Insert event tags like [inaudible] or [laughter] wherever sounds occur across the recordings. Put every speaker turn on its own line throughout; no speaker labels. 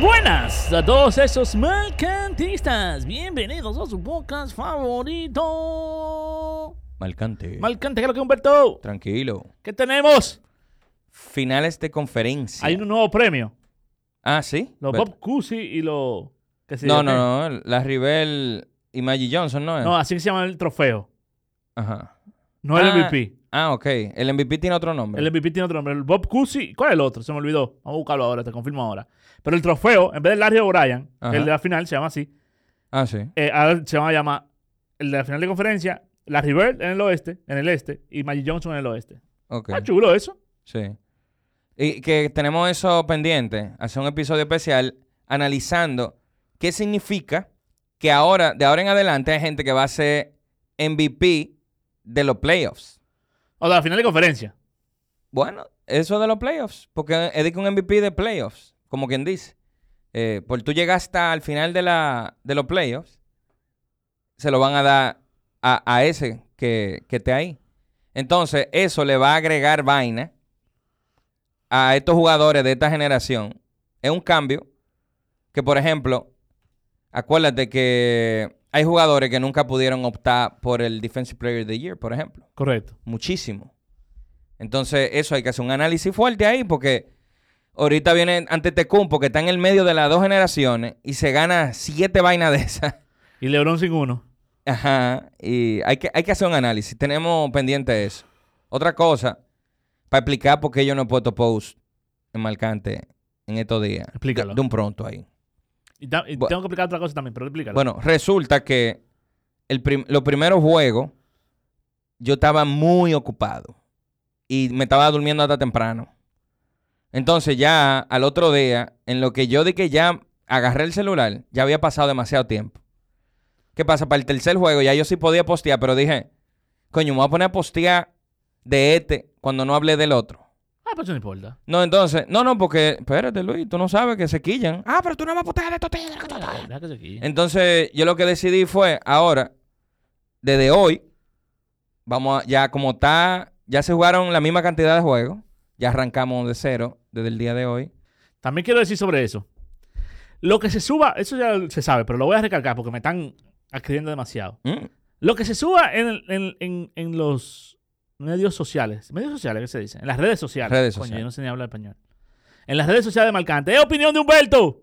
buenas a todos esos mercantistas. Bienvenidos a su podcast favorito.
Malcante.
Malcante, ¿qué es lo que Humberto?
Tranquilo.
¿Qué tenemos?
Finales de conferencia.
Hay un nuevo premio.
Ah, ¿sí?
Los
Pero-
Bob Cousy y los... ¿qué se
No,
llama?
no, no. La Rivel y Maggie Johnson, ¿no es?
No, así que se llama el trofeo.
Ajá.
No el
Ah,
MVP.
Ah, ok. El MVP tiene otro nombre.
El MVP tiene otro nombre. El Bob Cousy. ¿Cuál es el otro? Se me olvidó. Vamos a buscarlo ahora, te confirmo ahora. Pero el trofeo, en vez del Larry O'Brien, que
Ajá.
el de la final se llama así,
Ah, sí.
eh, ahora se va a llamar el de la final de conferencia, la River en el oeste, en el este, y Magic Johnson en el oeste.
Ok.
Está Ah, chulo eso.
Sí. Y que tenemos eso pendiente. Hacer un episodio especial analizando qué significa que ahora, de ahora en adelante, hay gente que va a ser MVP de los playoffs.
O sea, la final de conferencia.
Bueno, eso de los playoffs, porque es de que un MVP de playoffs, como quien dice. Eh, por tú llegas hasta al final de, la, de los playoffs, se lo van a dar a, a ese que, que esté ahí. Entonces, eso le va a agregar vaina a estos jugadores de esta generación. Es un cambio que, por ejemplo, acuérdate que hay jugadores que nunca pudieron optar por el Defensive Player of the Year, por ejemplo
Correcto.
muchísimo. Entonces, eso hay que hacer un análisis fuerte ahí porque ahorita viene ante Tecumpo que está en el medio de las dos generaciones y se gana siete vainas de esas. [laughs]
Y LeBron sin uno.
Ajá. Y hay que, hay que hacer un análisis. Tenemos pendiente eso. Otra cosa, para explicar por qué yo no he puesto post en Marcante en estos días.
Explícalo.
De, de un pronto ahí.
Y, ta- y
Bu-
tengo que explicar otra cosa también, pero explícalo.
Bueno, resulta que el prim- los primeros juegos yo estaba muy ocupado y me estaba durmiendo hasta temprano. Entonces ya al otro día, en lo que yo de que ya agarré el celular, ya había pasado demasiado tiempo. ¿Qué pasa? Para el tercer juego ya yo sí podía postear, pero dije, coño, me voy a poner a postear de este cuando no hablé del otro.
Ah, pues eso no importa.
No, entonces, no, no, porque, espérate Luis, tú no sabes que se quillan. Ah, pero tú no vas a postear de estos tigres. que tú-
Deja que se quille.
entonces, yo lo que decidí fue, ahora, desde hoy, vamos a, ya como está, ya se jugaron la misma cantidad de juegos, ya arrancamos de cero desde el día de hoy.
También quiero decir sobre eso. Lo que se suba, eso ya se sabe, pero lo voy a recalcar porque me están adquiriendo demasiado.
Mm,
Lo que se suba en, el- en- en- en los medios sociales. ¿Medios sociales qué se dice? En las redes sociales.
Redes
Coño,
sociales.
yo no sé ni hablar español. En las redes sociales de Marcante. ¡Es opinión de Humberto!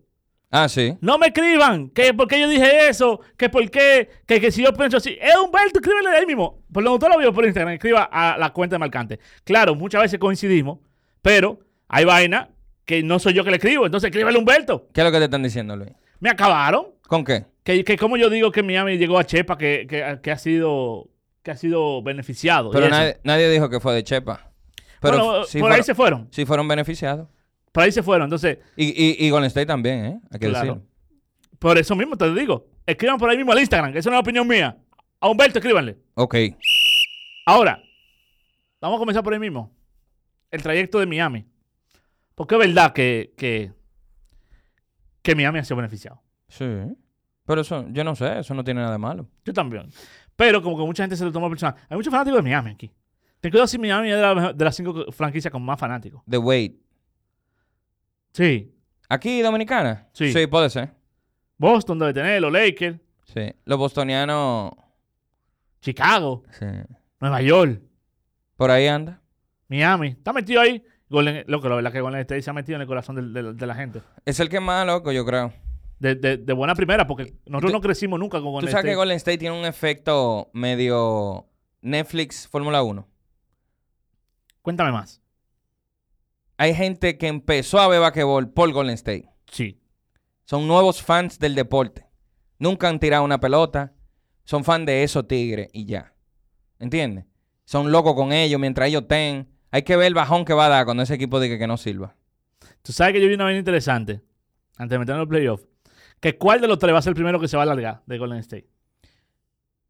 Ah, sí.
No me escriban, que por qué yo dije eso, que por qué, que, que si yo pienso así. Eh, Humberto, escríbele ahí mismo. Por lo menos tú lo vio por Instagram, escriba a la cuenta de Marcante. Claro, muchas veces coincidimos, pero hay vaina que no soy yo que le escribo, entonces escríbele a Humberto.
¿Qué es lo que te están diciendo, Luis?
Me acabaron.
¿Con qué?
Que, que como yo digo que Miami llegó a Chepa, que, que, que ha sido que ha sido beneficiado. y
Pero
eso.
nadie, nadie dijo que fue de Chepa. Pero
Bueno,
f- sí,
por ahí
fueron,
se fueron.
sí fueron beneficiados.
Por ahí se fueron. Entonces,
Y, y, y Golden State también, ¿eh? Hay que
Claro.
decirlo.
por eso mismo te digo. Escriban por ahí mismo al Instagram, que eso no es opinión mía. A Humberto, escríbanle.
Ok.
Ahora, vamos a comenzar por ahí mismo. El trayecto de Miami. Porque es verdad que, que, que Miami ha sido beneficiado.
Sí. Pero eso, yo no sé, eso no tiene nada de malo.
Yo también. Pero como que mucha gente se lo toma personal. Hay muchos fanáticos de Miami aquí. Ten cuidado si Miami es de, la mejor- de las cinco franquicias con más fanáticos.
The Wade.
Sí.
¿Aquí, Dominicana?
Sí.
Sí, puede ser.
Boston debe tener, los Lakers,
Sí. Los bostonianos.
Chicago,
Sí.
Nueva York,
Por ahí anda.
Miami. Está metido ahí. Golden, loco, la verdad que Golden State se ha metido en el corazón del- del- de la gente.
Es el que más loco, yo creo.
De, de- de buena primera, porque nosotros
Tú-
no crecimos nunca con
Tú
Golden
sabes
State.
que Golden State tiene un efecto medio Netflix Fórmula 1.
Cuéntame más.
Hay gente que empezó a ver basquetbol por Golden State.
Sí.
Son nuevos fans del deporte. Nunca han tirado una pelota. Son fan de esos tigres y ya. ¿Entiendes? Son locos con ellos mientras ellos estén. Hay que ver el bajón que va a dar cuando ese equipo diga que no sirva.
Tú sabes que yo vi una vaina interesante antes de meternos en los playoffs. Que cuál de los tres va a ser el primero que se va a largar de Golden State.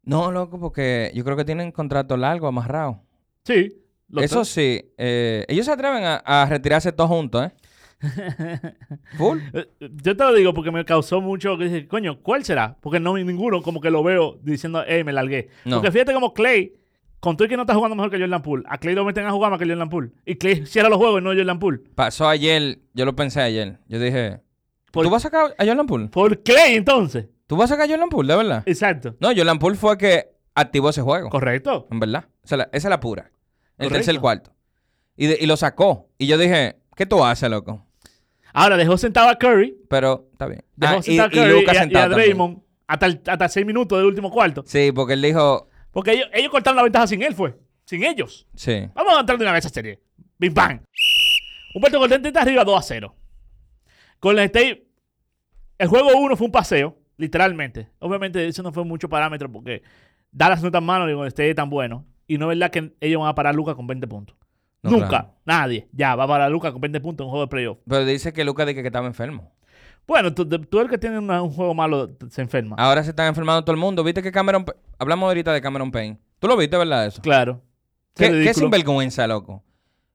No, loco, porque yo creo que tienen contrato largo, amarrado.
Sí. los
Eso sí, eh, ellos se atreven a, a retirarse todos juntos, ¿eh?
[laughs]
Full.
tres. Eh, Yo te lo digo porque me causó mucho. Que dije, coño, ¿cuál será? Porque no ninguno como que lo veo diciendo, hey, me largué.
No.
Porque fíjate como Clay, con todo y que no está jugando mejor que Jordan Poole, a Clay lo meten a jugar más que Jordan Poole. Y Clay cierra los juegos y no Jordan Poole.
Pasó ayer, yo lo pensé ayer. Yo dije,
Por-
¿Tú vas a sacar a Jordan Poole?
Por Clay, entonces.
¿Tú vas a sacar a Jordan Poole, de verdad?
Exacto.
No, Jordan Poole fue el que activó ese juego.
Eh, Correcto.
En verdad. O sea, la- esa es la pura. El
Correcto.
tercer cuarto. Y, de- y lo sacó. Y yo dije, ¿qué tú haces, loco?
Ahora dejó sentado a Curry.
Pero está bien.
Dejó
Ah, y,
sentado
y
a Curry
Luka
y a- y, a
sentado también.
Draymond hasta, el- hasta seis minutos del último cuarto.
Sí, porque él dijo,
Porque ellos, ellos cortaron la ventaja sin él, fue. Sin ellos.
sí.
Vamos a entrar de una vez a esa serie. Big Bang. Humberto Contente está arriba 2 a 0. Con el State, el juego 1 fue un paseo, literalmente. Obviamente, eso no fue mucho parámetro porque Dallas no tan malo y Golden State es tan bueno. Y no es verdad que ellos van a parar a Lucas con 20 puntos.
No,
Nunca,
claro.
nadie. Ya, va a parar a Lucas con 20 puntos en un juego de playoff.
Pero dice que Luca dice que estaba enfermo.
Bueno, tú, tú el que tiene una- un juego malo t- se enferma.
Ahora se están enfermando todo el mundo. ¿Viste que Cameron... P- Hablamos ahorita de Cameron Payne. ¿Tú lo viste, verdad, eso?
Claro.
¿Qué, qué
ridículo.
sinvergüenza, loco?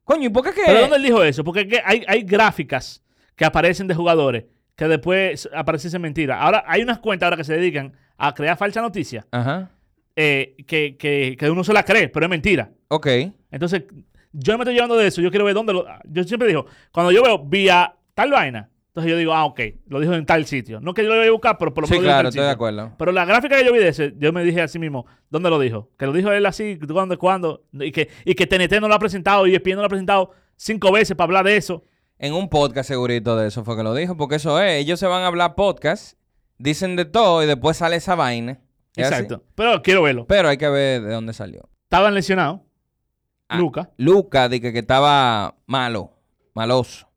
Coño, ¿y por qué que...?
¿Pero dónde él dijo eso? Porque es que hay, hay gráficas que aparecen de jugadores que después aparecen mentiras. Ahora hay unas cuentas ahora que se dedican a crear falsa noticia
Ajá.
eh, que, que- que uno se la cree, pero es mentira.
Ok.
Entonces, yo no me estoy llevando de eso. Yo quiero ver dónde lo. Yo siempre digo, cuando yo veo vía tal vaina, entonces yo digo, ah, ok, lo dijo en tal sitio. No que yo lo voy a buscar, pero por lo
Sí,
menos lo dijo en tal
claro, estoy de
sitio.
acuerdo.
Pero la gráfica que yo vi de ese, yo me dije a sí mismo, ¿dónde lo dijo? Que lo dijo él así, cuando, cuando, y que, y que TNT no lo ha presentado E y ESPN no lo ha presentado cinco veces para hablar de eso.
En un podcast segurito de eso fue que lo dijo, porque eso es, ellos se van a hablar podcast, dicen de todo y después sale esa vaina. Es así.
Exacto. Pero quiero verlo.
Pero hay que ver de dónde salió.
Estaban lesionados.
Ah.
Luca.
Luca dije que estaba malo, maloso.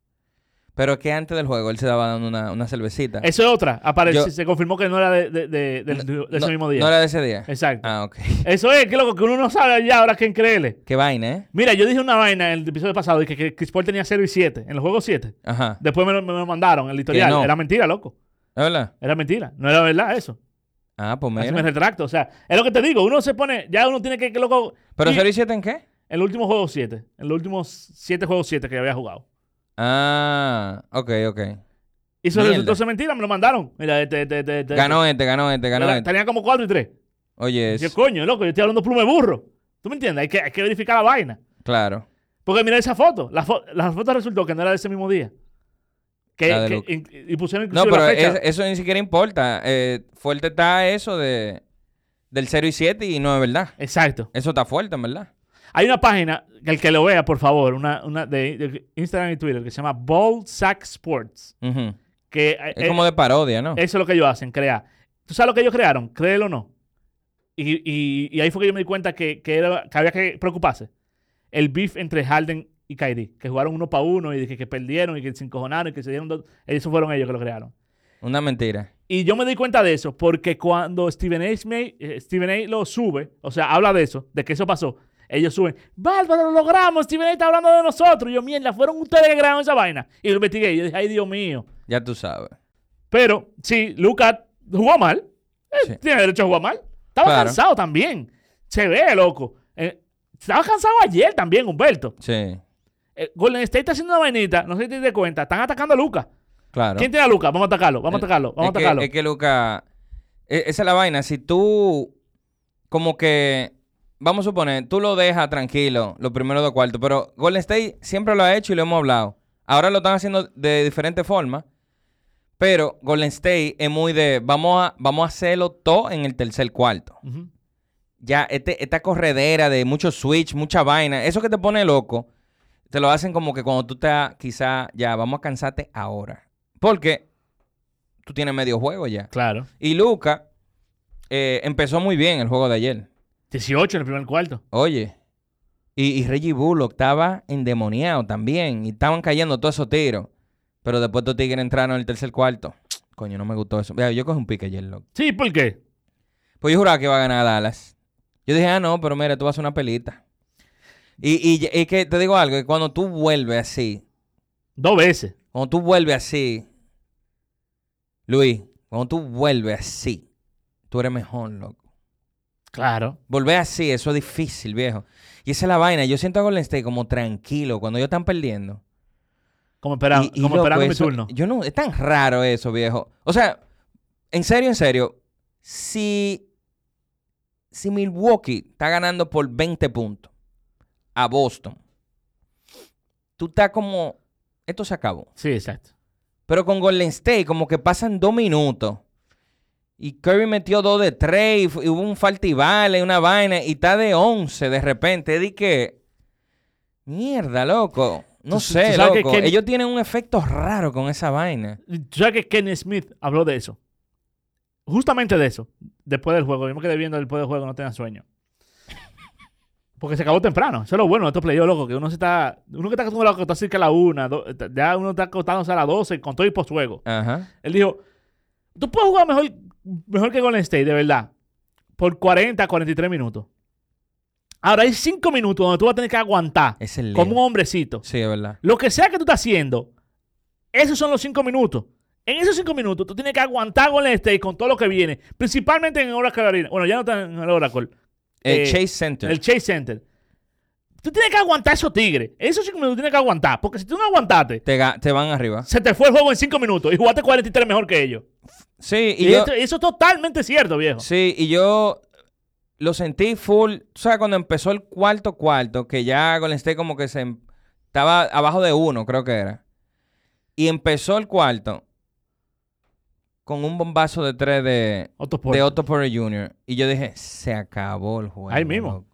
Pero es que antes del juego él se estaba dando una, una cervecita.
Eso es otra. Aparece,
Yo-
se confirmó que no era de, de- de- del- de ese
No-
mismo día.
No era de ese día.
Exacto.
Ah, ok. [laughs]
Eso es, que loco, que uno no sabe ya ahora quién creerle.
Qué vaina, ¿eh?
Mira, yo dije una vaina en el episodio pasado de que, que Chris Paul tenía 0 y 7 en los juegos 7.
Ajá.
Después me lo, me lo mandaron el editorial.
no.
Era mentira, loco.
¿Es verdad?
Era mentira. No era verdad eso.
Ah, pues
Así me
mira.
retracto. O sea, es lo que te digo. Uno se pone. Ya uno tiene que, que loco.
¿Pero
y-
0 y 7 en qué?
El último juego 7. En los últimos 7 juegos 7 que había jugado.
Ah, ok, ok.
Y eso
Mierda.
resultó ser mentira. Me lo mandaron. Mira, este, este, este, este-
Ganó este, ganó este, ganó
Era-
este.
Tenía como 4 y 3.
Oye,
Yo,
es-
coño, loco, yo estoy hablando plume burro. ¿Tú me entiendes? Hay que, hay que verificar la vaina.
claro.
Porque mira esa foto. La, fo- la foto resultó que no era de ese mismo día. Que,
La de
que
Luke.
in- y pusieron
No,
inclusive
pero
la fecha.
es- eso ni siquiera importa. Eh, fuerte está eso de del 0 y 7 y no es verdad.
Exacto.
Eso está fuerte, en verdad.
Hay una página, que el que lo vea, por favor, una, una de, de Instagram y Twitter, que se llama Ball Sack Sports.
Ujú.
Que eh,
Es como de parodia, ¿no?
Eso es lo que ellos hacen, crear. ¿Tú sabes lo que ellos crearon? Créelo o no. Y, y- y ahí fue que yo me di cuenta que, que era- que había que preocuparse. El beef entre Harden y Kyrie, que jugaron uno para uno y que, que perdieron y que se encojonaron y que se dieron dos. Esos fueron ellos que lo crearon.
Una mentira.
Y yo me di cuenta de eso porque cuando Stephen A. Smith- eh, Stephen A. lo sube, o sea, habla de eso, de que eso pasó, ellos suben, ¡Bárbaro, lo logramos! Stephen A. está hablando de nosotros. Y yo, mierda, fueron ustedes que crearon esa vaina. Y lo investigué y yo dije, ¡ay, Dios mío!
Ya tú sabes.
Pero sí, Lucas jugó mal. Eh,
Sí.
Tiene derecho a jugar mal. Estaba
Claro.
cansado también. Se ve, loco. Eh, estaba cansado ayer también, Humberto.
Sí,
Eh, Golden State está haciendo una vainita. No sé si te das cuenta. Están atacando a Lucas.
claro.
¿Quién tiene a Lucas? Vamos a atacarlo. Vamos a
El-
atacarlo. Vamos
es
a atacarlo.
Que, es que Luca, e- esa es la vaina. Si tú, como que, vamos a suponer, tú lo dejas tranquilo los primeros dos cuartos, pero Golden State siempre lo ha hecho y lo hemos hablado. Ahora lo están haciendo de diferentes formas, pero Golden State es muy de, vamos a, vamos a hacerlo todo en el tercer cuarto.
Ujú.
Ya, este- esta corredera de mucho switch, mucha vaina, eso que te pone loco, te lo hacen como que cuando tú estás, quizá, ya, vamos a cansarte ahora. Porque tú tienes medio juego ya.
Claro.
Y Luca eh, empezó muy bien el juego de ayer.
18 en el primer cuarto.
Oye. Y, y Reggie Bullock estaba endemoniado también. Y estaban cayendo todos esos tiros. Pero después los tigres entraron en el tercer cuarto. Coño, no me gustó eso. Vea, yo cogí un pique ayer, loco.
Sí, ¿por qué?
Pues yo juraba que iba a ganar Dallas. Yo dije, ah, no, pero mira, tú vas a hacer una pelita. Y, y, y es que te digo algo, que cuando tú vuelves así,
Dos veces.
cuando tú vuelves así, Luis, cuando tú vuelves así, tú eres mejor, loco.
Claro.
Volver así, eso es difícil, viejo. Y esa es la vaina. Yo siento a Golden State como tranquilo cuando ellos están perdiendo.
Como, espera-
Y- y,
como
loco,
esperando mi
eso-
turno.
Yo no, es tan raro eso, viejo. O sea, en serio, en serio, si, si Milwaukee está ganando por 20 puntos a Boston, tú estás como, esto se acabó.
Sí, exacto.
Pero con Golden State, como que pasan dos minutos. Y Curry metió dos de tres, y fu- y hubo un faltival, y una vaina, y está de 11 de repente. Di que. Mierda, loco. No
Tú- tú
sé,
sabes que
loco.
Ken-
Ellos tienen un efecto raro con esa vaina.
Tú sabes que Kenny Smith habló de eso. Justamente de eso. Después del juego. Yo me quedé viendo después del juego, no tenía sueño. Porque se acabó temprano. Eso es lo bueno de estos playoffs, loco. Que uno se está. Uno que está acostumbrado a acostarse que a la una. do- ya uno está acostándose a las 12 con todo y post-juego.
Ajá.
Él dijo: Tú puedes jugar mejor, mejor que Golden State, de verdad. Por 40, 43 minutos. Ahora hay 5 minutos donde tú vas a tener que aguantar.
Es el
Como un
lío.
hombrecito.
Sí, es verdad.
Lo que sea que tú estás haciendo, esos son los cinco minutos. En esos cinco minutos, tú tienes que aguantar con el State con todo lo que viene. Principalmente en el Oracle Arena. Bueno, ya no está en el Oracle.
El
Eh,
Chase Center.
El Chase Center. Tú tienes que aguantar esos tigres. Esos cinco minutos tienes que aguantar. Porque si tú no aguantaste,
Te, ga- te van arriba.
se te fue el juego en cinco minutos y jugaste 43 mejor que ellos.
Sí,
Y, este
y yo,
esto- eso es totalmente cierto, viejo.
sí, y yo lo sentí full. O sea, cuando empezó el cuarto cuarto, que ya Golden State como que se em- estaba abajo de uno, creo que era. Y empezó el cuarto con un bombazo de tres de,
Otto Porter.
de Otto Porter Jr. Y yo dije, se acabó el juego.
Ahí mismo. Ah.
loco.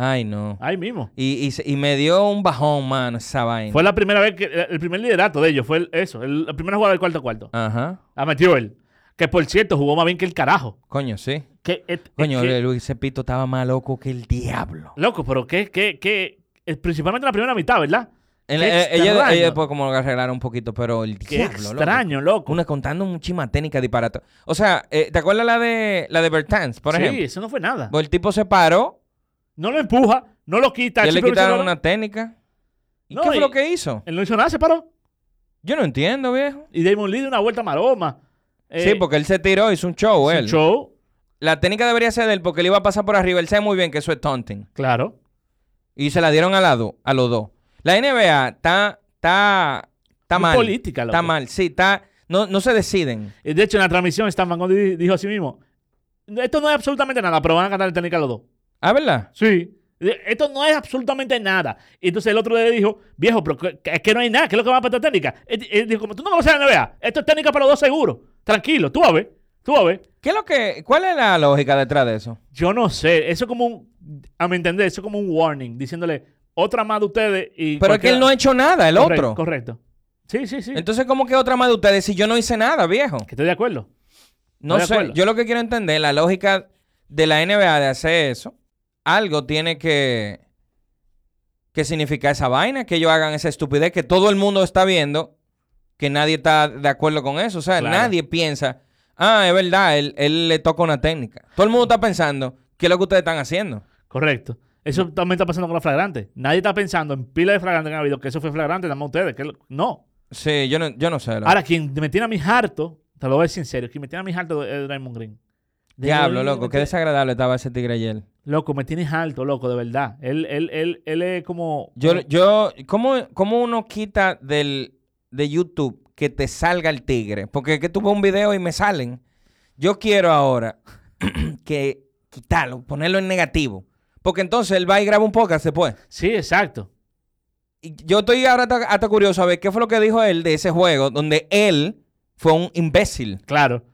Ay, no.
Ahí mismo.
Y, y se- y me dio un bajón, mano, esa vaina.
Fue la primera vez que. El primer liderato de ellos fue el- eso. el- la primera jugada del cuarto cuarto.
Ajá.
La metió él. Que por cierto, jugó más bien que el carajo.
Coño, sí.
Que, eh, et-
Coño,
que-
Luis Cepito estaba más loco que el diablo.
Loco, pero que, que, que, eh, principalmente la primera mitad, ¿verdad?
En
Qué
la- eh, ella,
extraño.
ella después como lo arreglaron un poquito, pero el
Qué
diablo, loco.
extraño, loco.
Una contando muchísima técnica disparata. O sea, eh, ¿te acuerdas la de la de Bertans, por
sí,
ejemplo?
eso no fue nada.
Pues el tipo se paró,
No lo empuja, no lo quita.
y él le
simplemente
quitaron
no-
una técnica. ¿Y
No,
qué
y-
fue lo que hizo?
Él no hizo nada, se paró.
Yo no entiendo, viejo.
Y Damon Lee dio una vuelta maroma. Eh,
sí, porque él se tiró, hizo un show
hizo un
él.
show,
La técnica debería ser de él porque él iba a pasar por arriba. Él sabe muy bien que eso es taunting.
claro.
Y se la dieron a, la do- a los dos. La NBA está, está, está
Muy
mal.
política, loco.
Está mal, sí, está... No, no se deciden.
Eh, De hecho, en la transmisión, Stan Van Gundy di- dijo así mismo: Esto no es absolutamente nada, pero van a cantar el técnica los dos.
Ah, ¿verdad?
Sí. Eh, Esto no es absolutamente nada. Y entonces el otro le dijo, viejo, pero que- que- es que no hay nada, ¿qué es lo que va para esta técnica? Él- él dijo, como tú no conoces la NBA, esto es técnica para los dos seguros. Tranquilo, tú a ver, tú a ver.
¿Qué es lo que, ¿Cuál es la lógica detrás de eso?
Yo no sé, eso es como un, a mi entender, eso es como un warning, diciéndole otra más de ustedes y...
Pero es que él no ha hecho nada, el otro.
Correcto. Sí, sí, sí.
Entonces, ¿cómo que otra más de ustedes si yo no hice nada, viejo?
que estoy de acuerdo.
No
de
sé.
acuerdo.
Yo lo que quiero entender, la lógica de la NBA de hacer eso, algo tiene que, que significar esa vaina, que ellos hagan esa estupidez que todo el mundo está viendo, que nadie está de acuerdo con eso. O sea,
Claro.
nadie piensa, ah, es verdad, él, él le toca una técnica. Todo el mundo está pensando, ¿qué es lo que ustedes están haciendo?
Correcto. Eso también está pasando con los flagrantes. Nadie está pensando en pila de flagrantes que han habido, que eso fue flagrante, nada más ustedes. Que lo- no.
Sí, yo no, yo no sé. loco.
Ahora, quien me tiene a mi harto, te lo voy a decir en serio, quien me tiene a mi harto es Draymond Green.
Diablo,
Draymond
loco,
Green,
qué
me tiene-
desagradable estaba ese tigre ayer.
Loco, me tienes harto, loco, de verdad. Él, él, él, él es como...
Yo, yo, ¿cómo, cómo uno quita del, de YouTube que te salga el tigre? Porque es que tú ves un video y me salen. Yo quiero ahora [clears throat] que quitarlo, ponerlo en negativo. Porque entonces él va y graba un podcast después.
Sí, exacto.
Y yo estoy ahora hasta, hasta curioso a ver qué fue lo que dijo él de ese juego donde él fue un imbécil.
Claro,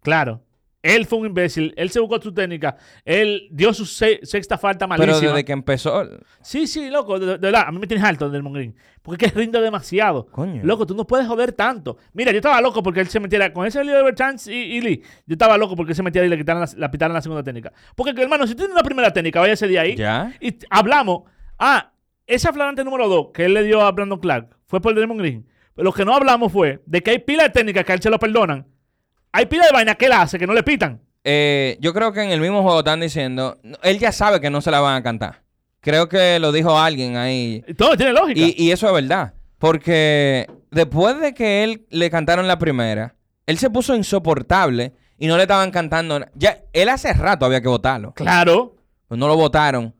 claro. Él fue un imbécil, él se buscó su técnica, él dio su se- sexta falta malísima.
Pero desde que empezó...
Sí, sí, loco, de, de verdad, a mí me tienes alto del Green, porque es que rinde demasiado.
Coño.
Loco, tú no puedes joder tanto. Mira, yo estaba loco porque él se metiera con ese lío de Bertans y, y Lee. Yo estaba loco porque él se metiera y le quitaran la, la pitaran la segunda técnica. Porque, hermano, si tiene una primera técnica, vaya ese día ahí.
¿Ya?
Y t- hablamos. Ah, esa flagrante número 2 que él le dio a Brandon Clark fue por Draymond Green. Pero lo que no hablamos fue de que hay pila de técnicas que a él se lo perdonan. Hay pila de vainas que él hace que no le pitan.
Eh, yo creo que en el mismo juego están diciendo... no, Él ya sabe que no se la van a cantar. Creo que lo dijo alguien ahí.
Y Todo tiene lógica.
Y, y eso es verdad. Porque después de que él le cantaron la primera, él se puso insoportable y no le estaban cantando. na- Ya, él hace rato había que votarlo.
claro.
Pues no lo votaron.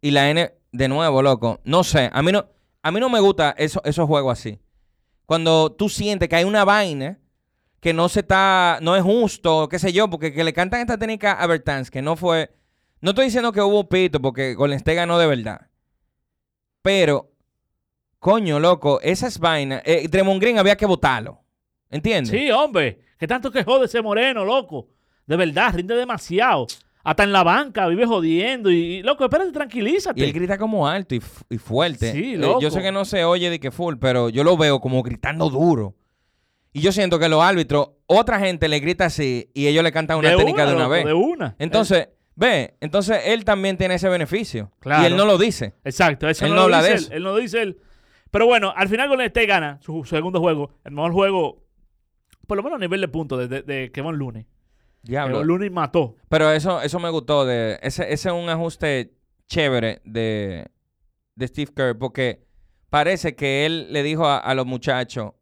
Y la N, de nuevo, loco. No sé. A mí no, a mí no me gusta eso, esos juegos así. Cuando tú sientes que hay una vaina que no se está. no es justo, qué sé yo, porque que le cantan esta técnica a Bertans, que no fue. No estoy diciendo que hubo pito, porque Golden State ganó de verdad. Pero Coño, loco, esas vainas. Eh, Draymond Green había que votarlo. ¿Entiendes?
Sí, hombre. Que tanto que jode ese moreno, loco. De verdad, rinde demasiado. Hasta en la banca vive jodiendo. Y, y, loco, espérate, tranquilízate.
Y él grita como alto y, fu- y fuerte.
Sí,
Eh,
loco.
Yo sé que no se oye de que full, pero yo lo veo como gritando duro. Y yo siento que los árbitros, otra gente le grita así y ellos le cantan una
De
técnica de una
loco,
vez.
De una.
Entonces, ve, entonces él también tiene ese beneficio.
Claro.
Y él no lo dice.
Eh, Exacto, eso
Él
no,
no
lo
habla
dice
de
él.
eso.
Él no lo dice él. Pero bueno, al final con este gana su segundo juego. El mejor juego, por lo menos a nivel de puntos, de, de, de Kevon Looney.
Diablo.
Kevon Looney mató.
Pero eso, eso me gustó. De, ese, ese es un ajuste chévere de, de Steve Kerr porque parece que él le dijo a, a los muchachos,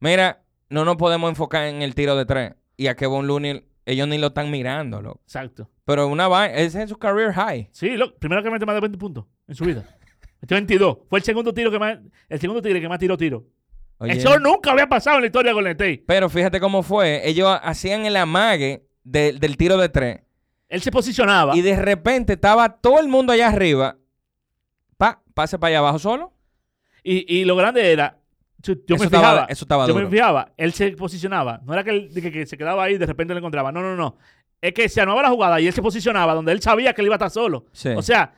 mira, no nos podemos enfocar en el tiro de tres. Y a Kevin Looney, ellos ni lo están mirando, loco.
Exacto.
Pero una vaina, ese es su career high.
Sí, lo, primero que mete más de 20 puntos en su
[laughs]
vida. Metió 22. Fue el segundo tiro que más, el segundo tigre que más tiró tiro.
Oye,
Eso nunca había pasado en la historia de Golden State.
Pero fíjate cómo fue. Ellos hacían el amague de- del tiro de tres.
Él se posicionaba.
Y de repente estaba todo el mundo allá arriba. Pa, pase para allá abajo solo.
Y, y lo grande era, yo, yo
Eso
me
estaba-
fijaba,
eso estaba
yo me
duro.
fijaba, él se posicionaba, no era que, él- de que, que se quedaba ahí y de repente lo encontraba, no, no, no, es que se armaba la jugada y él se posicionaba donde él sabía que él iba a estar solo.
Sí.
O sea,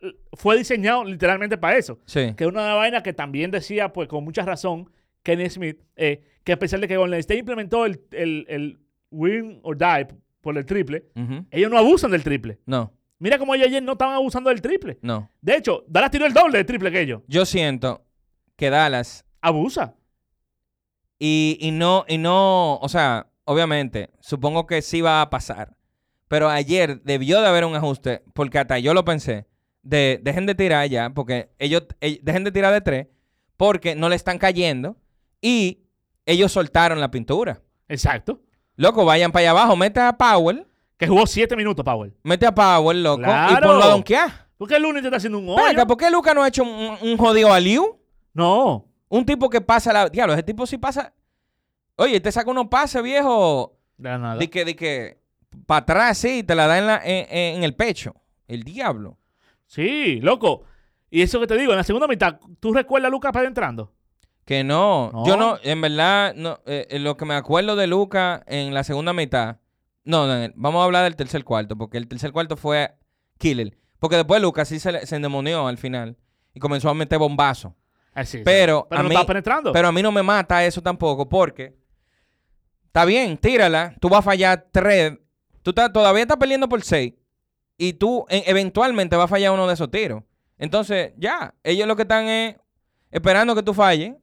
l- fue diseñado literalmente para eso,
sí.
que es una vaina que también decía, pues con mucha razón, Kenny Smith, eh, que a pesar de que Golden State implementó el, el- el win or die por el triple,
Ujú.
ellos no abusan del triple.
No,
Mira cómo ellos ayer no estaban abusando del triple.
no.
De hecho, Dallas tiró el doble de triple que ellos.
Yo siento que Dallas
Abusa.
y, y no, y no, o sea, obviamente, supongo que sí va a pasar. Pero ayer debió de haber un ajuste, porque hasta yo lo pensé, de dejen de tirar ya, porque ellos, ell- dejen de tirar de tres, porque no le están cayendo y ellos soltaron la pintura.
Exacto.
Loco, vayan para allá abajo, mete a Powell,
Que jugó 7 minutos, Powell.
mete a Powell, loco, y
Claro.
ponlo a donkear.
Porque el lunes te está haciendo un
Ven acá,
hoyo.
¿por qué Luca no ha hecho un, un jodido aliu?
No.
Un tipo que pasa la. Diablo, ese tipo sí pasa. Oye, te saca unos pases, viejo.
De la nada.
De que, de que. Para atrás, sí, y te la da en, la- en- en- en el pecho. El diablo.
Sí, loco. Y eso que te digo, en la segunda mitad, ¿tú recuerdas a Lucas para entrando?
Que no.
No.
Yo no, en verdad, no, eh, eh, lo que me acuerdo de Luca en la segunda mitad. No, no, eh, vamos a hablar del tercer cuarto, porque el tercer cuarto fue killer. Porque después Luca sí se, le- se endemonió al final y comenzó a meter bombazos.
Ah, sí, sí.
Pero
pero
a
no
mí-
estaba penetrando.
Pero a mí no me mata eso tampoco, porque está bien, tírala. Tú vas a fallar tres. Tú ta- todavía estás perdiendo por seis. Y tú e- eventualmente vas a fallar uno de esos tiros. Entonces, ya, ellos lo que están es esperando que tú falles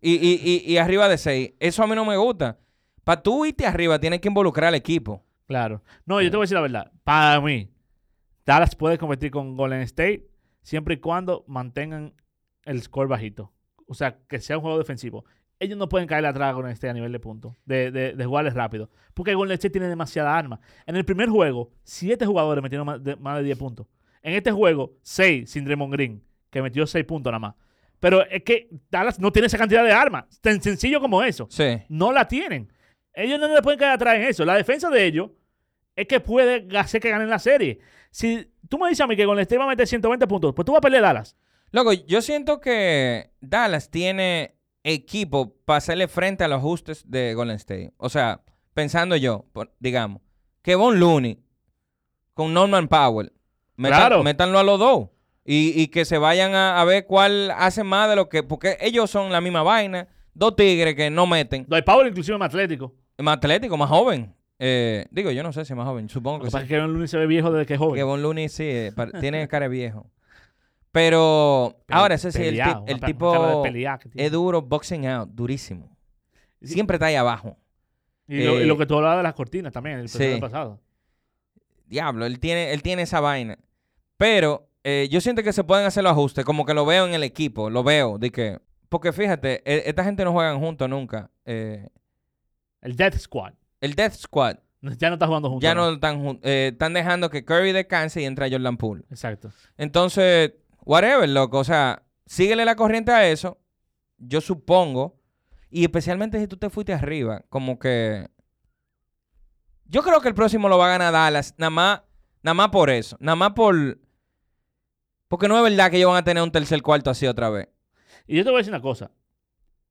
y, y- y- y arriba de seis. Eso a mí no me gusta. Para tú irte arriba, tienes que involucrar al equipo.
Claro. No, yo te voy a decir la verdad. Para mí, Dallas puede competir con Golden State siempre y cuando mantengan el score bajito. O sea, que sea un juego defensivo. Ellos no pueden caer atrás a Golden State a nivel de puntos, de, de, de jugarles rápido. Porque Golden State tiene demasiada arma. En el primer juego, siete jugadores metieron más de, más de 10 puntos. En este juego, seis sin Draymond Green, que metió seis puntos nada más. Pero es que Dallas no tiene esa cantidad de armas. Tan sencillo como eso
Sí.
no la tienen. Ellos no le pueden caer atrás en eso. La defensa de ellos es que puede hacer que ganen la serie. Si tú me dices a mí que Golden State va a meter 120 puntos, pues tú vas a pelear Dallas.
Luego, yo siento que Dallas tiene equipo para hacerle frente a los ajustes de Golden State. O sea, pensando yo, por- digamos, que Von Looney con Norman Powell, metan-
Claro.
métanlo a los dos. Y, y que se vayan a, a ver cuál hace más de lo que. Porque ellos son la misma vaina. Dos tigres que no meten.
Dwight Powell inclusive es más atlético.
Más atlético, más joven. Eh, digo, yo no sé si más joven. Supongo
Lo
que
que
sí.
pasa es que Kevin Looney se ve viejo desde que es
Que
joven.
Von Looney sí, eh,
[laughs]
par- tiene cara de viejo. Pero
Pe-
ahora, ese sí, el, ti-
peleado,
el
una- una
tipo
cara de pelear que tiene.
es duro boxing out, durísimo.
Y-
Siempre está ahí abajo.
y, lo, y
eh,
lo que tú hablabas de las cortinas también, el
sí.
episodio pasado.
Diablo, él tiene, él tiene esa vaina. Pero eh, yo siento que se pueden hacer los ajustes, como que lo veo en el equipo, lo veo, de que... Porque fíjate, e- esta gente no juegan juntos nunca. Eh,
El Death Squad. [laughs]
el Death Squad
Ya no está jugando juntos.
ya no están jun- eh, están dejando que Curry descanse y entra Jordan Poole.
Exacto.
Entonces, whatever, loco. O sea, síguele la corriente a eso. Yo supongo. Y especialmente si tú te fuiste arriba, como que. Yo creo que el próximo lo va a ganar Dallas. Nada más, nada más por eso. Nada más por. Porque no es verdad que ellos van a tener un tercer cuarto así otra vez.
Y yo te voy a decir una cosa.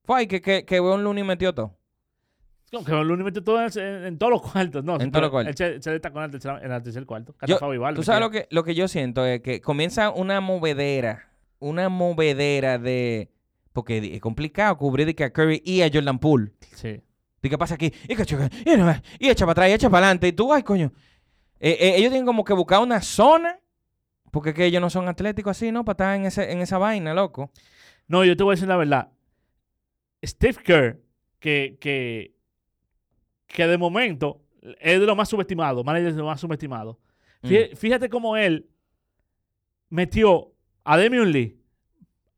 Fue ahí que, que, que Wayne Looney metió todo.
Como que Looney metió todo en, en- en todos los cuartos. No,
En
pero
todos los cuartos.
Él se, se destacó en el tercer, en el tercer cuarto.
Yo-
Catafa Vival.
Tú sabes lo que, lo que yo siento es que comienza una movedera, una movedera de... Porque es complicado cubrir de que a Curry y a Jordan Poole.
Sí.
¿Y qué pasa aquí? Y, que choca, y, no, y echa para atrás, y echa para adelante. Y tú, ay, coño. Eh, eh, ellos tienen como que buscar una zona. Porque es que ellos no son atléticos así, ¿no? Para estar en, ese, en esa vaina, loco.
No, yo te voy a decir la verdad. Steve Kerr, que, que, que de momento es de lo más subestimado, manager de lo más subestimado.
Mm.
Fí- Fíjate cómo él metió a Demion Lee.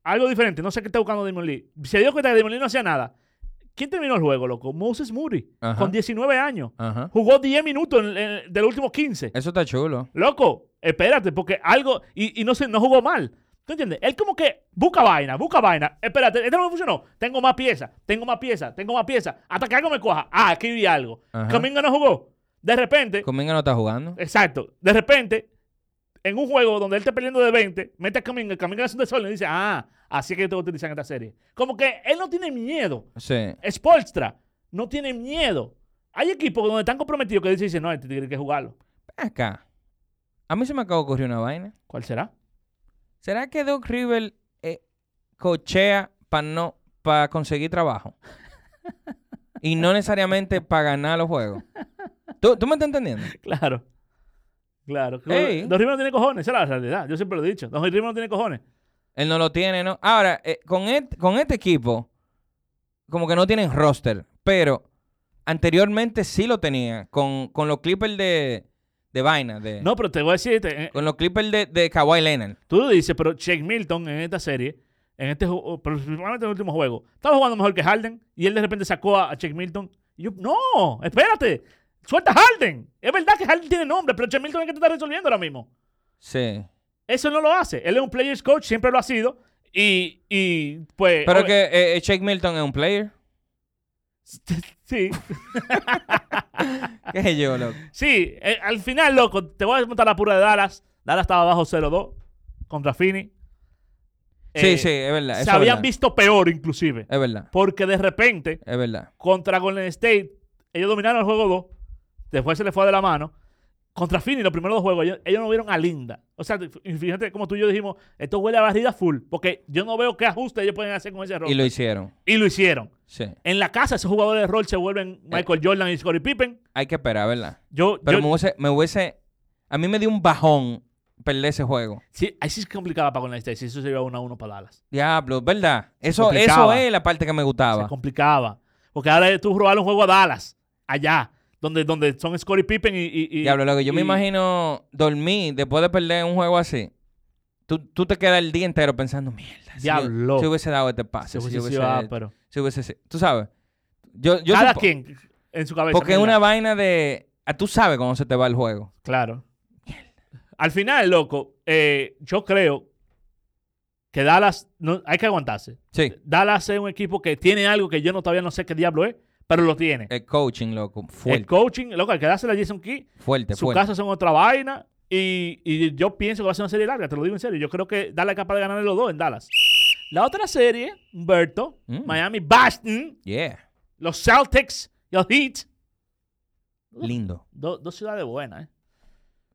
Algo diferente, no sé qué está buscando Demion Lee. Se dio cuenta que Demion Lee no hacía nada. ¿Quién terminó el juego, loco? Moses Moody,
Mm. Ajá.
con 19 años.
Ajá.
Jugó 10 minutos en- en- del último 15.
Eso está chulo.
Loco, espérate, porque algo. Y, y no, se, no jugó mal. ¿Tú entiendes? Él como que busca vaina, busca vaina. Espérate, esto no me funcionó. Tengo más piezas, tengo más piezas, tengo más piezas. Hasta que algo me coja. Ah, aquí vi algo.
Ajá.
Caminga no jugó. De repente,
Cominga no está jugando.
exacto. De repente, en un juego donde él está perdiendo de 20, mete a Caminga, Caminga hace un desorden y dice, ah, así es que yo tengo que utilizar en esta serie. Como que él no tiene miedo.
Sí.
Spolstra no tiene miedo. Hay equipos donde están comprometidos que dicen, no, este tiene que jugarlo.
Ven acá. A mí se me acaba de ocurrir una vaina.
¿Cuál será?
¿Será que Doc River eh, cochea para no, para conseguir trabajo? y no necesariamente para ganar los juegos. ¿Tú, tú me estás entendiendo?
Claro. Claro.
Ey.
Don River no tiene cojones, esa es la realidad. Yo siempre lo he dicho. Don River no tiene cojones.
Él no lo tiene, ¿no? Ahora, eh, con, et- con este equipo, como que no tienen roster, pero anteriormente sí lo tenía, con, con los clippers de, de vaina, de,
No, pero te voy a decir, te- eh,
con los clippers de, de Kawhi Leonard.
tú lo dices, pero Shake Milton en esta serie, en este ju- pero principalmente en el último juego, estaba jugando mejor que Harden y él de repente sacó a, a Shake Milton. Y yo, no, espérate, suelta a Harden. Es verdad que Harden tiene nombre, pero Shake Milton es el que te está resolviendo ahora mismo. Eh,
Sí.
Eso no lo hace. Él es un player's coach, siempre lo ha sido. Y, y pues.
Pero
ob-
que eh, eh, Shake Milton es un player.
[laughs] Sí,
¿Qué sé yo, loco?
Sí, eh, al final, loco, te voy a montar la pura de Dallas. Dallas estaba abajo 0-2 contra Fini.
sí, sí, es verdad. eso
Eh, Se
es
habían
verdad. Eh.
visto peor, inclusive.
Es verdad,
Porque de repente,
es verdad.
contra Golden State, ellos dominaron el juego 2. Después se les fue de la mano. Contra Fini, los primeros dos juegos, ellos, ellos no vieron a Linda. O sea, y fíjate como tú y yo dijimos, esto huele a barrida full. Porque yo no veo qué ajuste ellos pueden hacer con ese error.
Y lo hicieron.
y lo hicieron.
Sí.
En la casa, esos jugadores de rol se vuelven Michael Jordan y Scottie Pippen.
Hay que esperar, ¿verdad?
Yo,
Eh. Pero
yo-
me, hubiese, me hubiese- A mí me dio un bajón perder ese juego.
Sí, ahí sí es complicada para Golden State. Si eso se iba 1 a 1 para Dallas.
Diablo, ¿verdad? Eso, eso
complicaba.
es la parte que me gustaba.
Se complicaba. Porque ahora es tú robar un juego a Dallas, allá, donde, donde son Scottie Pippen y. y, y-
Diablo, loco, yo me
y-
imagino dormir después de perder un juego así. Tú, tú te quedas el día entero pensando, mierda. si yo-
Diablo.
Si, hubiese dado este
Se
pase, si
hubiese
hubiese,
sido, ah, pero-
si hubiese si- Tú sabes. Yo, yo
Cada
supo-
quien pues, en su cabeza.
Porque es
mira,
una vaina de. ah, tú sabes cómo se te va el juego.
Claro. Al final, loco, eh, yo creo que Dallas. No, hay que aguantarse.
Sí.
Dallas es un equipo que tiene algo que yo no, todavía no sé qué diablo es, pero lo tiene.
El coaching, loco.
El
Fuerte,
coaching, loco, al quedarse la Jason Key,
fuerte,
Sus
fuerte.
casas son otra vaina. Y, y yo pienso que va a ser una serie larga, te lo digo en serio. Yo creo que Dallas es capaz de ganar los dos en Dallas. La otra serie, Humberto,
Mm.
Miami Boston,
Yeah.
los Celtics y los Heat.
Lindo.
Do- dos ciudades buenas, ¿eh?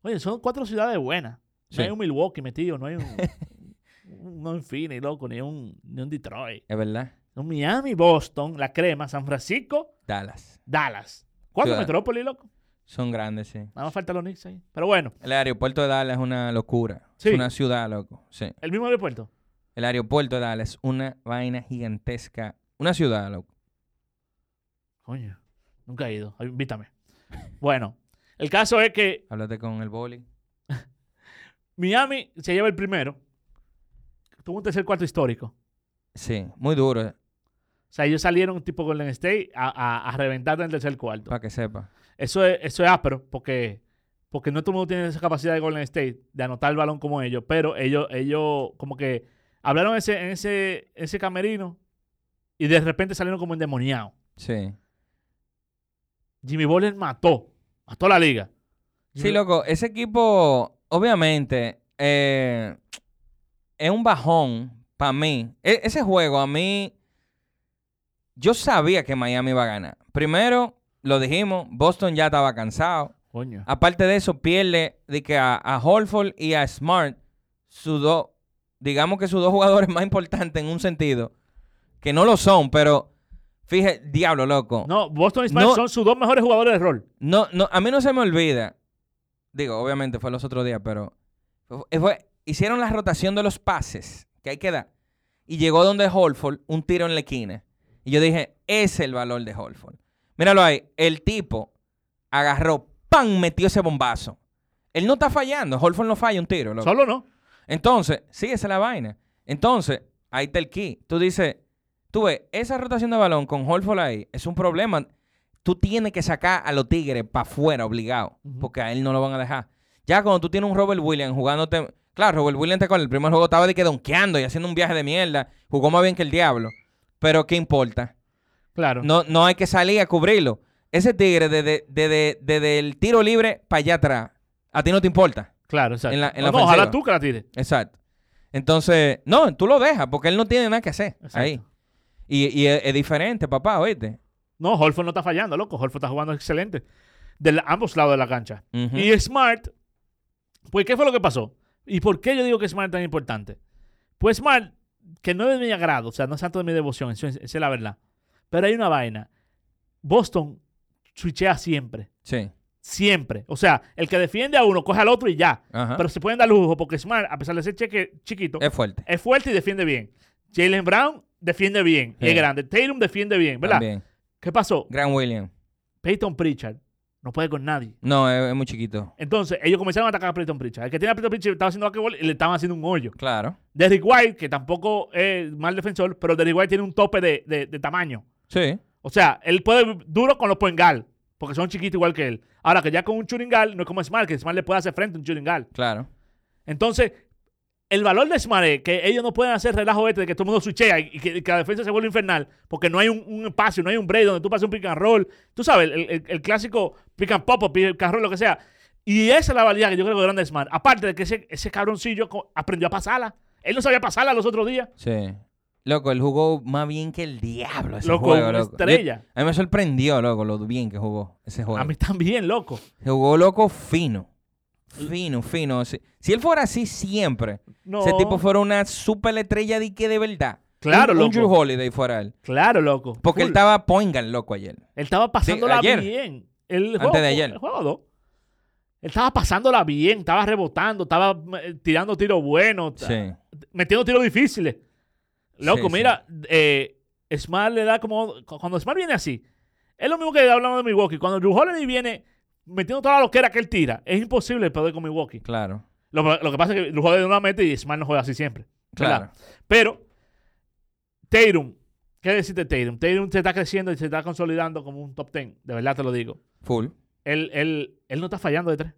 Oye, son cuatro ciudades buenas. No
Sí.
hay un Milwaukee metido, no hay un, un, [laughs] un Phoenix, loco, ni un, ni un Detroit.
Es verdad.
Un Miami, Boston, La Crema, San Francisco,
Dallas.
Dallas. Cuatro
Ciudad.
metrópolis, loco.
Son grandes, sí.
Nada más falta los Knicks ahí. Pero bueno,
El aeropuerto de Dallas es una locura.
Sí.
Es una ciudad, loco. Sí.
el mismo aeropuerto.
El aeropuerto de Dallas es una vaina gigantesca. Una ciudad, loco.
Coño, nunca he ido. Ay, Invítame. Bueno, el caso es que
Háblate con el boli.
Miami se lleva el primero. Tuvo un tercer cuarto histórico. O
Sí, muy duro, eh,
sea, ellos salieron tipo Golden State a, a, a reventar en el tercer cuarto.
para que sepa.
Eso es, eso es áspero porque, porque no todo el mundo tiene esa capacidad de Golden State de anotar el balón como ellos, pero ellos, ellos como que hablaron ese, en ese, ese camerino y de repente salieron como endemoniados.
Sí.
Jimmy Butler mató, mató la liga.
Sí,
Jimmy-
loco, ese equipo, obviamente, eh, es un bajón, para mí, e- ese juego a mí, yo sabía que Miami iba a ganar. Primero, lo dijimos, Boston ya estaba cansado.
Coño.
Aparte de eso, pierde de que a, a Holford y a Smart, sus dos, digamos que sus dos jugadores [laughs] más importantes en un sentido, que no lo son, pero fíjate, diablo, loco.
No, Boston y Smart
No.
son sus dos mejores jugadores de rol.
No, no, a mí no se me olvida. Digo, obviamente fue los otros días, pero fue- eh, fue- hicieron la rotación de los pases que hay que dar. Y llegó donde Holford, un tiro en la esquina. Y yo dije, ese es el valor de Holford. Míralo ahí, el tipo agarró, ¡pam! metió ese bombazo. Él no está fallando, Holford no falla un tiro. loco.
Solo no.
Entonces, sí, esa es la vaina. Entonces, ahí está el key. Tú dices, tú ves, esa rotación de balón con Holford ahí es un problema. Tú tienes que sacar a los Tigres para afuera, obligado,
Ujú.
porque a él no lo van a dejar. Ya cuando tú tienes un Robert Williams jugándote. Claro, Robert Williams te- con el primer juego estaba de que donkeando y haciendo un viaje de mierda. Jugó más bien que el diablo. Pero ¿qué importa?
Claro.
No, no hay que salir a cubrirlo. Ese tigre desde, desde- desde el tiro libre para allá atrás. A ti no te importa.
Claro, exacto.
en la- en la
No, ojalá
ofensiva.
tú que la tires.
Exacto. Entonces, no, tú lo dejas porque él no tiene nada que hacer
Exacto.
ahí. Y, y es, es diferente, papá, oíste.
No, Holford no está fallando, loco. Holford está jugando excelente. De la- ambos lados de la cancha.
Ujú.
Y Smart, pues, ¿qué fue lo que pasó? ¿Y por qué yo digo que Smart es tan importante? Pues Smart, que no es de mi agrado, o sea, no es tanto de mi devoción, eso es- esa es, la verdad. Pero hay una vaina. Boston switchea siempre.
Sí.
Siempre. O sea, el que defiende a uno coge al otro y ya.
Ajá.
Pero se pueden dar lujo porque Smart, a pesar de ser cheque, chiquito,
es fuerte.
es fuerte y defiende bien. Jalen Brown defiende bien y
Sí.
es grande. Tatum defiende bien, ¿verdad?
También.
¿Qué pasó?
Gran William.
Peyton Pritchard no puede con nadie.
No, es, es muy chiquito.
Entonces, ellos comenzaron a atacar a Peyton Pritchard. El que tiene a Peyton Pritchard estaba haciendo basketball y le estaban haciendo un hoyo.
Claro.
Derrick White, que tampoco es mal defensor, pero Derrick White tiene un tope de, de- de tamaño.
Sí.
O sea, él puede duro con los poengal, porque son chiquitos igual que él. Ahora que ya con un churingal no es como Smart, que Smart le puede hacer frente a un churingal.
Claro.
Entonces, el valor de Smart es que ellos no pueden hacer relajo este de que todo el mundo switchea y que, que la defensa se vuelve infernal porque no hay un, un espacio, no hay un break donde tú pases un pick and roll. Tú sabes, el, el- el clásico pick and pop o pick and roll, lo que sea. Y esa es la valía que yo creo que grande de Smart. Aparte de que ese, ese cabroncillo co- aprendió a pasarla. Él no sabía pasarla los otros días.
Sí. Loco, él jugó más bien que el diablo ese
Loco,
juego,
una
loco. Yo-
estrella.
a mí me sorprendió, loco, lo bien que jugó ese juego.
A mí también, loco.
Jugó, loco, fino. Fino, fino. Si, si él fuera así siempre,
No,
ese tipo fuera una super estrella de que de verdad.
Claro,
un, un
loco.
Drew Holiday fuera él.
claro, loco.
Porque él
Full.
estaba poingan loco ayer.
Él estaba pasándola
ayer.
bien. El
Antes
juego,
de ayer.
El juego dos. Él estaba pasándola bien, estaba rebotando, estaba eh, tirando tiros buenos, ta-
Sí.
metiendo tiros difíciles. Loco,
Sí, sí.
mira, eh, Smart le da como. cu- Cuando Smart viene así, es lo mismo que hablamos de Milwaukee. Cuando Drew Holiday viene metiendo toda la loquera que él tira, es imposible perder con Milwaukee.
Claro.
Lo, lo que pasa es que Drew Holiday no la mete y Smart no juega así siempre. ¿verdad?
Claro.
Pero, Tatum, ¿qué decirte de Tatum? Tatum se está creciendo y se está consolidando como un top 10. De verdad te lo digo.
Full.
Él, él, él no está fallando de tres.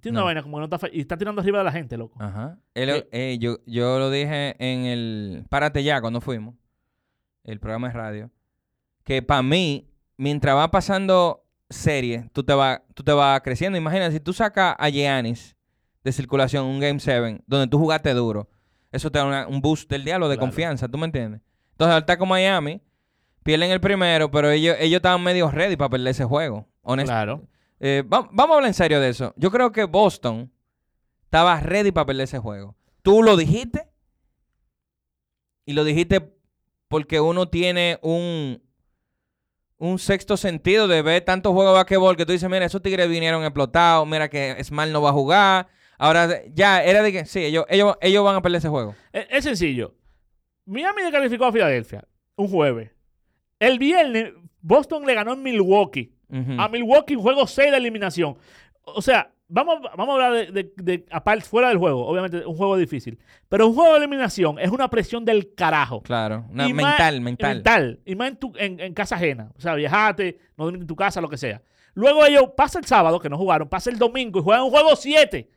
Tiene
No.
una vaina como que no está fa- Y está tirando arriba de la gente, loco.
Ajá. Él-
Eh.
eh, yo, yo lo dije en el Párate ya cuando fuimos, el programa de radio, que para mí, mientras va pasando series, tú te vas tú te vas creciendo. Imagina, si tú sacas a Giannis de circulación un Game 7, donde tú jugaste duro, eso te da una- un boost del diablo de
Claro.
confianza, ¿tú me entiendes? Entonces, al estar con Miami, pierden el primero, pero ellos, ellos estaban medio ready para perder ese juego, honestamente.
Claro.
Eh, va- vamos a hablar en serio de eso. Yo creo que Boston estaba ready para perder ese juego. Tú lo dijiste. Y lo dijiste porque uno tiene un, un sexto sentido de ver tantos juegos de basquetbol que tú dices, mira, esos tigres vinieron explotados, mira que Smart no va a jugar. Ahora ya era de que sí, ellos, ellos, ellos van a perder ese juego.
Es, es sencillo. Miami le calificó a Filadelfia un jueves. El viernes, Boston le ganó en Milwaukee.
Ujú.
A Milwaukee, un juego 6 de eliminación. O sea, vamos, vamos a hablar de, de- de- aparte, fuera del juego. Obviamente, un juego difícil. Pero un juego de eliminación es una presión del carajo.
Claro, una-
Y más-
mental, mental.
Y más en, tu- en- en casa ajena. O sea, viajate, no dormir en tu casa, lo que sea. Luego ellos pasa el sábado, que no jugaron, pasa el domingo y juegan un juego 7.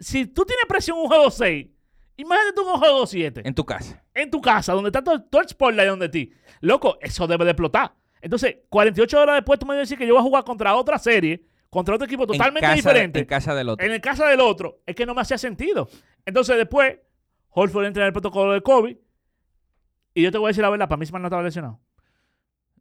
Si tú tienes presión en un juego 6, imagínate tú en un juego 7. En,
En tu casa.
tu casa, donde está todo, todo el spotlight donde ti. Loco, eso debe de explotar. Entonces, 48 horas después tú me vas a decir que yo voy a jugar contra otra serie, contra otro equipo totalmente
en casa,
diferente
En casa del otro.
en el caso del otro, es que no me hacía sentido. Entonces después Holford entra en el protocolo de COVID. Y yo te voy a decir la verdad, para mí Smart no estaba lesionado.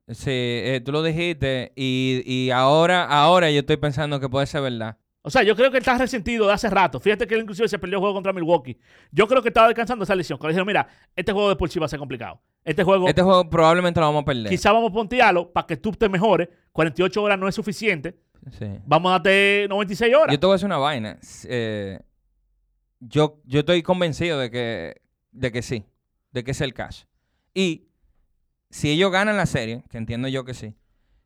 Sí, eh, tú lo dijiste y, y ahora, ahora yo estoy pensando que puede ser verdad.
O sea, yo creo que él está resentido de hace rato. Fíjate que él inclusive se perdió el juego contra Milwaukee. Yo creo que estaba descansando esa lesión. Que le dijeron, mira, este juego de por sí va a ser complicado. Este juego
Este juego probablemente lo vamos a perder.
quizá vamos a pontearlo para que tú te mejores. 48 horas no es suficiente.
Sí.
Vamos a darte 96 horas.
Yo te voy a decir una vaina. S- eh, yo, yo estoy convencido de que, de que sí, de que es el caso. Y si ellos ganan la serie, que entiendo yo que sí,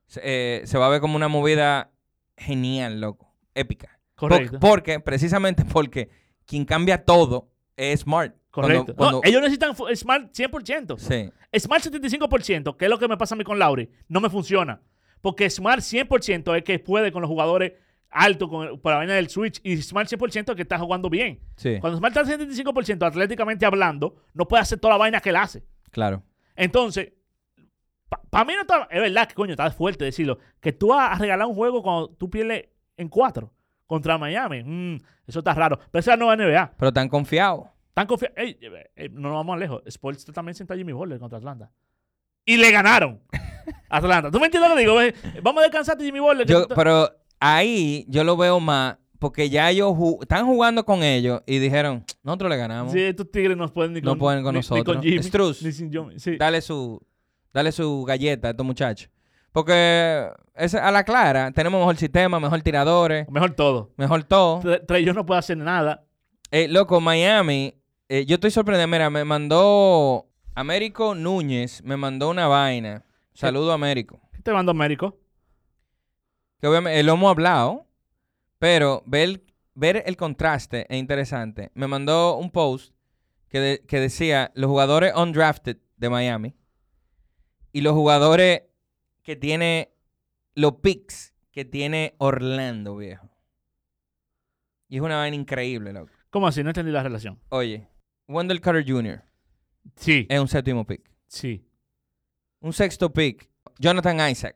se, eh, se va a ver como una movida genial, loco, épica. Por-
Correcto.
porque, precisamente porque quien cambia todo es Smart. Cuando-
Correcto. No,
cuando-
ellos necesitan fu- Smart 100%.
Sí,
Smart 75%, que es lo que me pasa a mí con Lauri, no me funciona. Porque Smart 100% es que puede con los jugadores altos, con el- por la vaina del Switch, y Smart 100% es que está jugando bien.
sí,
Cuando Smart está al 75%, atléticamente hablando, no puede hacer toda la vaina que él hace.
claro.
Entonces, para mí no está. Es verdad que, coño, está fuerte decirlo. Que tú vas a regalar un juego cuando tú pierdes en cuatro contra Miami. Mm, eso está raro. Pero esa no es la nueva NBA.
Pero tan confiado.
Tan confi- Ey, eh, eh, no nos vamos más lejos. Sports también sentó a Jimmy Butler contra Atlanta. Y le ganaron. Atlanta. ¿Tú me entiendes lo que digo? Eh, Vamos a descansarte, Jimmy Butler. que
Yo-
tú te-
pero ahí yo lo veo más porque ya ellos ju- están jugando con ellos y dijeron, nosotros le ganamos.
Sí, estos tigres no pueden ni
No
con,
pueden con
ni- ni
nosotros.
con Jimmy,
Strus.
ni sin Jimmy. Sí.
Dale su, dale su galleta a estos muchachos. Porque ese- a la clara, tenemos mejor sistema, mejor tiradores,
Mejor todo.
mejor todo.
Tre- Trey yo no puedo hacer nada.
Eh, loco, Miami, eh, yo estoy sorprendido. Mira, me mandó Américo Núñez, me mandó una vaina. Saludo, Américo.
¿Qué te mando, Américo?
que obviamente eh, lo hemos hablado, pero ver, ver el contraste es interesante. Me mandó un post que, de- que decía los jugadores undrafted de Miami y los jugadores que tiene los picks que tiene Orlando, viejo. Y es una vaina increíble, loco.
¿Cómo así? No entendí la relación.
Oye, Wendell Carter Jr.
Sí,
es un séptimo pick.
sí.
Un sexto pick, Jonathan Isaac.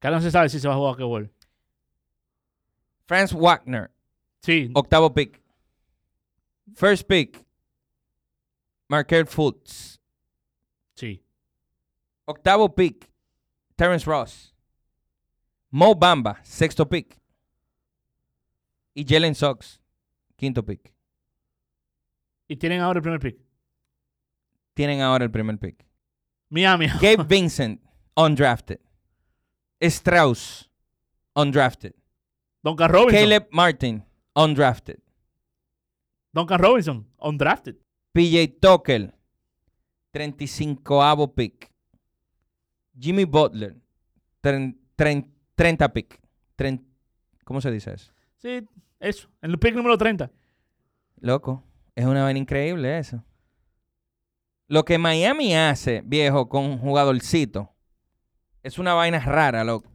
Que ahora no se sabe si se va a jugar a ball.
Franz Wagner,
Sí,
Octavo pick. First pick. Markel Fultz.
sí.
Octavo pick. Terrence Ross. Mo Bamba. Sexto pick. Y Jalen Sox. Quinto pick.
Y tienen ahora el primer pick.
Tienen ahora el primer pick.
Miami.
Gabe Vincent. Undrafted. Strauss. Undrafted.
[laughs] Duncan Robinson.
Caleb Martin. Undrafted.
Duncan Robinson. Undrafted.
PJ Tucker, 35avo pick. Jimmy Butler, tren- tren- 30 pick. Tren- ¿Cómo se dice eso?
Sí, eso. En el pick número 30.
Loco, es una vaina increíble eso. Lo que Miami hace, viejo, con un jugadorcito, es una vaina rara, loco.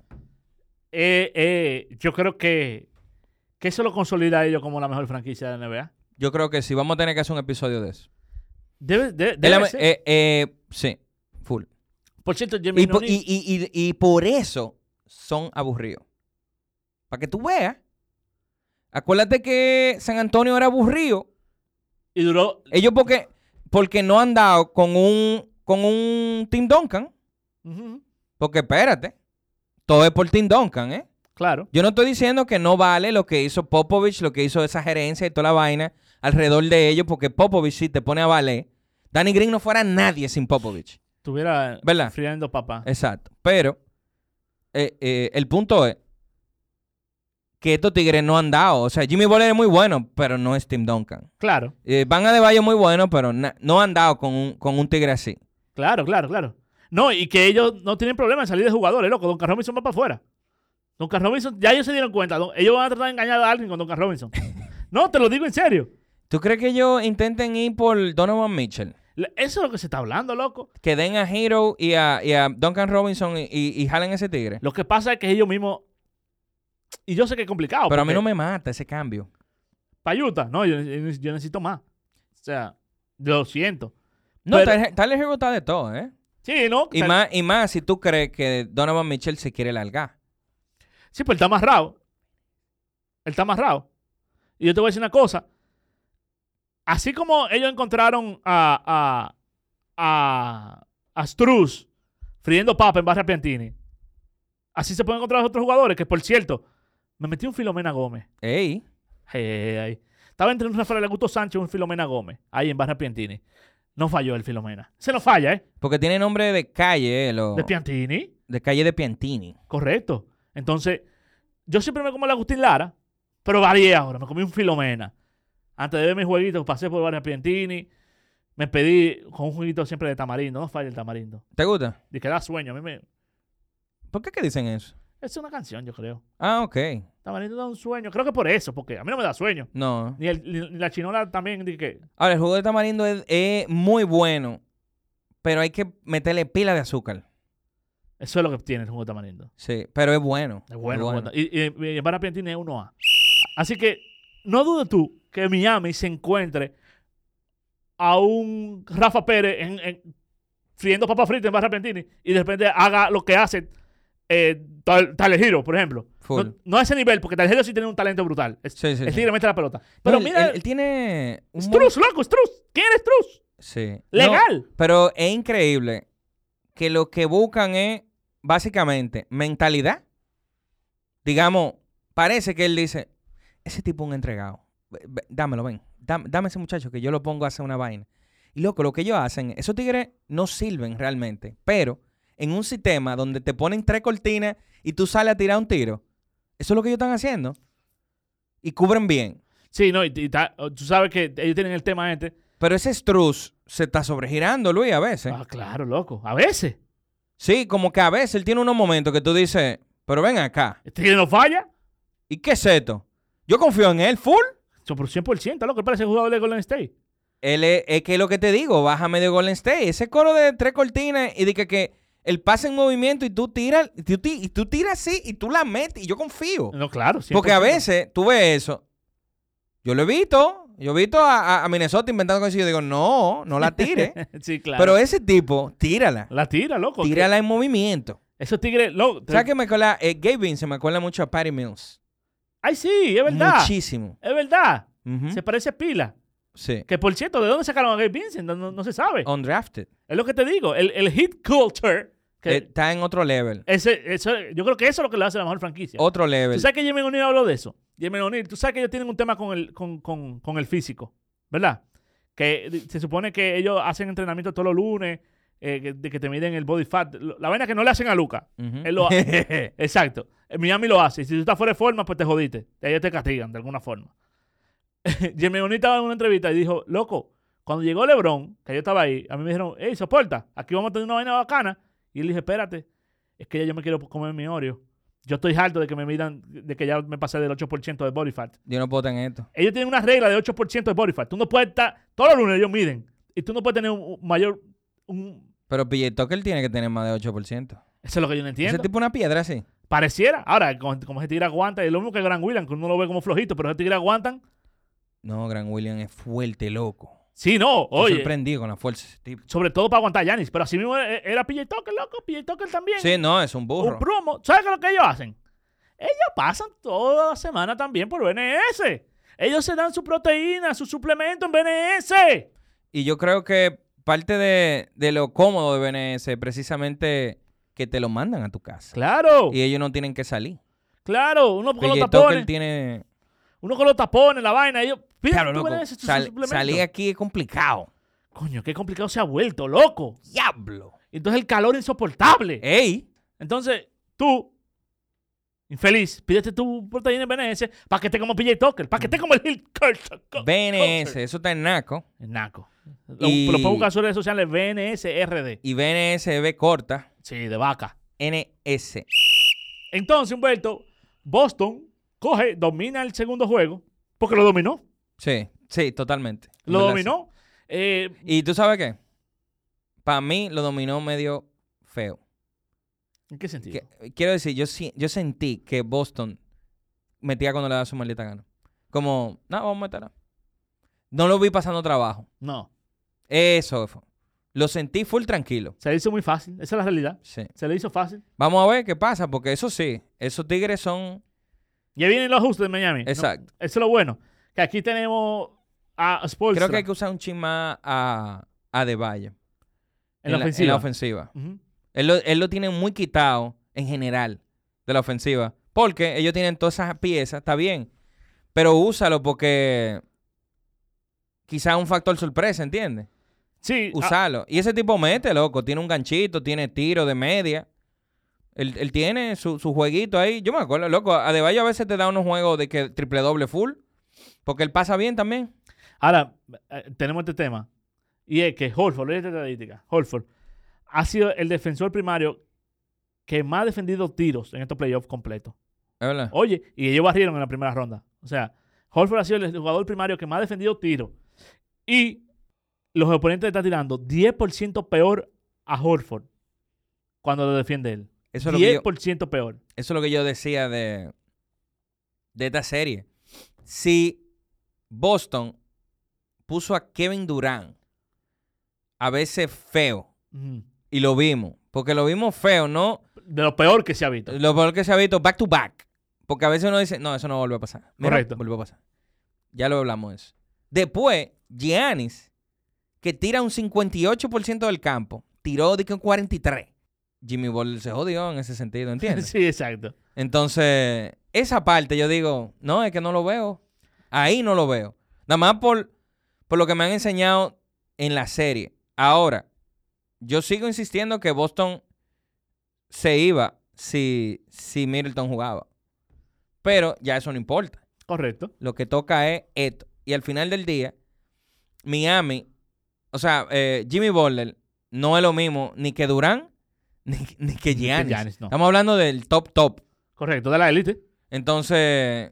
Eh, eh, yo creo que, que eso lo consolida a ellos como la mejor franquicia de la NBA.
Yo creo que sí, vamos a tener que hacer un episodio de eso.
Debe, de-
Es
debe
la-
ser.
eh, eh, sí, full.
Por cierto, Jimmy
Y, po-
Nunez-
y- y- y- y por eso son aburridos. Para que tú veas. Acuérdate que San Antonio era aburrido.
y duró.
Ellos porque, porque no han dado con un, con un Tim Duncan.
Ujú,
Porque espérate. Todo es por Tim Duncan, ¿eh?
claro.
Yo no estoy diciendo que no vale lo que hizo Popovich, lo que hizo esa gerencia y toda la vaina alrededor de ellos, porque Popovich sí te pone a valer. Danny Green no fuera nadie sin Popovich.
Tuviera
¿Verdad?
friendo papá.
Exacto. Pero eh, eh, el punto es que estos tigres no han dado. O sea, Jimmy Butler es muy bueno, pero no es Tim Duncan.
Claro,
Eh, Van Adebayo es muy bueno, pero na- no han dado con un, con un tigre así.
claro, claro, claro. No, y que ellos no tienen problema en salir de jugadores, loco. Duncan Robinson va para afuera. Duncan Robinson, ya ellos se dieron cuenta. Don- ellos van a tratar de engañar a alguien con Duncan
[laughs]
Robinson. no, te lo digo en serio.
¿Tú crees que ellos intenten ir por Donovan Mitchell?
Le- Eso es lo que se está hablando, loco.
Que den a Hero y a, y a Duncan Robinson y, y- y jalen ese tigre.
Lo que pasa es que ellos mismos. Y yo sé que es complicado.
Pero a mí
porque-
no me mata ese cambio.
Payuta, no, yo, yo neces- yo necesito más. O sea, lo siento.
No,
Pero-
Tyler Tyler Hero está de todo, ¿eh?
Sí, ¿no?
Y
Tal-
más, y más si tú crees que Donovan Mitchell se quiere largar.
Sí, pero él está amarrado. Él está amarrado. Y yo te voy a decir una cosa. así como ellos encontraron a, a, a, a Struz friendo papa en Barra Piantini, así se pueden encontrar los otros jugadores, que por cierto, me metí un Filomena Gómez.
Ey,
Ay, ay, ay. Estaba entre un Rafael Augusto Sánchez y un Filomena Gómez, ahí en Barra Piantini. No falló el Filomena. Se nos falla, ¿eh?
porque tiene nombre de calle, eh, lo-
De Piantini.
de calle de Piantini.
Correcto. Entonces, yo siempre me como el Agustín Lara, pero varié ahora. Me comí un Filomena. Antes de ver mis jueguitos, pasé por varias Piantini. Me pedí con un jueguito siempre de tamarindo. No falla el tamarindo.
¿Te gusta?
Y que da sueño. A mí me...
¿Por qué que dicen eso?
Es una canción, yo creo.
Ah, ok.
Tamarindo da un sueño. Creo que por eso, porque a mí no me da sueño.
No.
Ni, el- ni- ni la chinola también. di que
Ahora, el jugo de tamarindo es, es muy bueno, pero hay que meterle pila de azúcar.
Eso es lo que tiene el jugo de tamarindo.
Sí, pero es bueno.
Es bueno. bueno. Y, y, y en Barra Piantini es 1A. Así que no dudes tú que Miami se encuentre a un Rafa Pérez en, en- friendo papas fritas en Barra Piantini y de repente haga lo que hace eh, Tal- Talegiro, por ejemplo.
Full.
No, no a ese nivel, porque Talegiro sí tiene un talento brutal. Es,
Sí, sí,
es
sí.
tigre mete la pelota.
No,
Pero
él-
mira,
él, él tiene un mon-
Struz, loco, Struz. ¿Quién es Struz?
Sí. No,
Legal.
pero es increíble que lo que buscan es básicamente mentalidad. Digamos, parece que él dice, ese tipo es un entregado. Ve- ve- Dámelo, ven. Dam- Dame, ese muchacho que yo lo pongo a hacer una vaina. Y loco, lo que ellos hacen, esos tigres no sirven realmente. Pero en un sistema donde te ponen tres cortinas y tú sales a tirar un tiro, eso es lo que ellos están haciendo. Y cubren bien.
Sí, no, y, y ta- tú sabes que ellos tienen el tema este.
Pero ese Struz se está sobregirando, Luis, a veces.
Ah, claro, loco. A veces.
Sí, como que a veces él tiene unos momentos que tú dices, pero ven acá,
Este tigre no falla.
¿y qué es esto? Yo confío en él, full.
Son por 100%, loco. Él parece jugador de Golden State.
Él es, es que es lo que te digo, bájame de Golden State. Ese coro de tres cortinas y de que, que el pase en movimiento y tú tiras, y tú, ti- y tú tiras así y tú la metes y yo confío.
No, claro. 100%.
Porque a veces tú ves eso. Yo lo he visto, yo he visto a, a- a Minnesota inventando cosas y yo digo, no, no la tire.
sí, [laughs] claro.
pero ese tipo, tírala.
la tira, loco.
Tírala en movimiento.
Esos tigres, loco.
¿Sabes qué me acuerda? Eh, Gavin se me acuerda mucho a Patty Mills.
Ay, sí, es verdad.
Muchísimo.
Es verdad.
Ujú.
Se parece a Pila.
Sí.
Que por cierto, ¿de dónde sacaron a Gabe Vincent? No, no- no se sabe.
Oh. Undrafted.
Es lo que te digo. El, el hit culture. Que
Eh, Está en otro level.
ese, eso- yo creo que eso es lo que le hace la mejor franquicia.
Otro
¿Tú
level.
sabes que Jimmy O'Neill habló de eso? Jimmy O'Neill, tú sabes que ellos tienen un tema con el, con, con- con el físico, ¿verdad? Que di- se supone que ellos hacen entrenamiento todos los lunes, eh, que, de que te miden el body fat. Lo- La vaina que no le hacen a Luca.
Ujú.
Él
[laughs]
lo hace. Exacto. En Miami lo hace. Y si tú estás fuera de forma, pues te jodiste. Ellos te castigan de alguna forma. [laughs] Jimmy O'Neill estaba en una entrevista y dijo, loco, cuando llegó LeBron, que yo estaba ahí, a mí me dijeron, hey, soporta, aquí vamos a tener una vaina bacana. Y él dije, espérate, es que ya yo me quiero comer mi Oreo. Yo estoy harto de que me midan, de que ya me pasé del 8% de body fat.
Yo no puedo tener esto.
Ellos tienen una regla de 8% de body fat. Tú no puedes estar, todos los lunes ellos miden. Y tú no puedes tener un, un mayor, un...
Pero PJ Tucker tiene que tener más de 8%.
Eso es lo que yo no entiendo.
Ese tipo una piedra así.
Pareciera. Ahora, con- como ese tigre aguanta, es lo mismo que Gran William, que uno lo ve como flojito, pero ese tigre aguantan.
No, Gran William es fuerte, loco.
Sí, no,
Estoy
oye.
sorprendido con la fuerza de ese tipo.
Sobre todo para aguantar a Yanis. Pero así mismo era, era PJ Tucker, loco. PJ Tucker también.
Sí, no, es un burro.
un promo. ¿Sabes qué es lo que ellos hacen? Ellos pasan toda la semana también por BNS. Ellos se dan su proteína, su suplemento en BNS.
Y yo creo que parte de, de lo cómodo de BNS es eh, precisamente que te lo mandan a tu casa.
Claro,
Y ellos no tienen que salir.
claro. Uno con los
PJ
tapones,
Tucker tiene...
uno con los tapones, la vaina. Ellos piden
Claro,
tu
loco.
BNS, tu
sal-
suplemento.
salir aquí es complicado.
Coño, qué complicado se ha vuelto, loco.
Diablo.
Entonces el calor insoportable.
Ey.
Entonces, tú, infeliz, pídete tu proteína en BNS para que esté como PJ Tucker, para que esté como el Hill Culture. Co-
BNS,
Culture.
eso está en Naco.
Naco. Lo,
Y-
lo puedes buscar en sus redes sociales, BNSRD.
Y BNSB corta,
Sí, de vaca.
NS.
Entonces, Humberto, Boston coge, domina el segundo juego, porque lo dominó.
Sí, sí, totalmente.
Lo
¿Verdad?
dominó. Eh,
Sí. ¿Y tú sabes qué? Para mí lo dominó medio feo.
¿En qué sentido?
Que- quiero decir, yo, sí- yo sentí que Boston metía cuando le daba su maldita gana. Como, no, vamos a meterla. No lo vi pasando trabajo.
No,
Eso fue. Lo sentí full tranquilo.
se le hizo muy fácil, esa es la realidad.
Sí.
Se le hizo fácil.
Vamos a ver qué pasa, porque eso sí, esos tigres son...
Y ahí vienen los ajustes de Miami. ¿no?
Exacto.
Eso es lo bueno. Que aquí tenemos a Spolstra
Creo que hay que usar un chin más a, a De Valle.
en la ofensiva.
ofensiva.
Ujú.
Él lo, él lo tiene muy quitado en general de la ofensiva. Porque ellos tienen todas esas piezas, está bien. Pero úsalo porque quizás un factor sorpresa, ¿entiendes?
Sí, a-
Usalo. Y ese tipo mete, loco. Tiene un ganchito, tiene tiro de media. Él, él tiene su, su jueguito ahí. Yo me acuerdo, loco. Adebayo a veces te da unos juegos de que triple doble full. Porque él pasa bien también.
Ahora, eh, tenemos este tema. Y es que Holford, oye esta estadística, Holford ha sido el defensor primario que más ha defendido tiros en estos playoffs completos.
Es verdad.
Oye, y ellos barrieron en la primera ronda. O sea, Holford ha sido el jugador primario que más ha defendido tiros. Y los oponentes le están tirando 10% peor a Holford cuando lo defiende él.
Eso es lo que yo-
10% peor.
Eso es lo que yo decía de, de esta serie. Si Boston puso a Kevin Durant a veces feo,
Ujú.
y lo vimos, porque lo vimos feo, ¿no?
De lo peor que se ha visto.
Lo peor que se ha visto back to back. Porque a veces uno dice, no, eso no vuelve a pasar. Mira,
Correcto.
Vuelve a pasar. Ya lo hablamos eso. Después, Giannis, que tira un 58% del campo, tiró de que un 43. Jimmy Ball se jodió en ese sentido, ¿entiendes?
[laughs] Sí, exacto.
Entonces, esa parte yo digo, no, es que no lo veo. Ahí no lo veo. Nada más por, por lo que me han enseñado en la serie. Ahora, yo sigo insistiendo que Boston se iba si, si Middleton jugaba. Pero ya eso no importa.
Correcto.
Lo que toca es esto. Y al final del día, Miami, o sea, eh, Jimmy Butler no es lo mismo ni que Durán [laughs] ni, ni que Giannis.
Giannis, no.
Estamos hablando del top top.
Correcto, de la élite.
Entonces,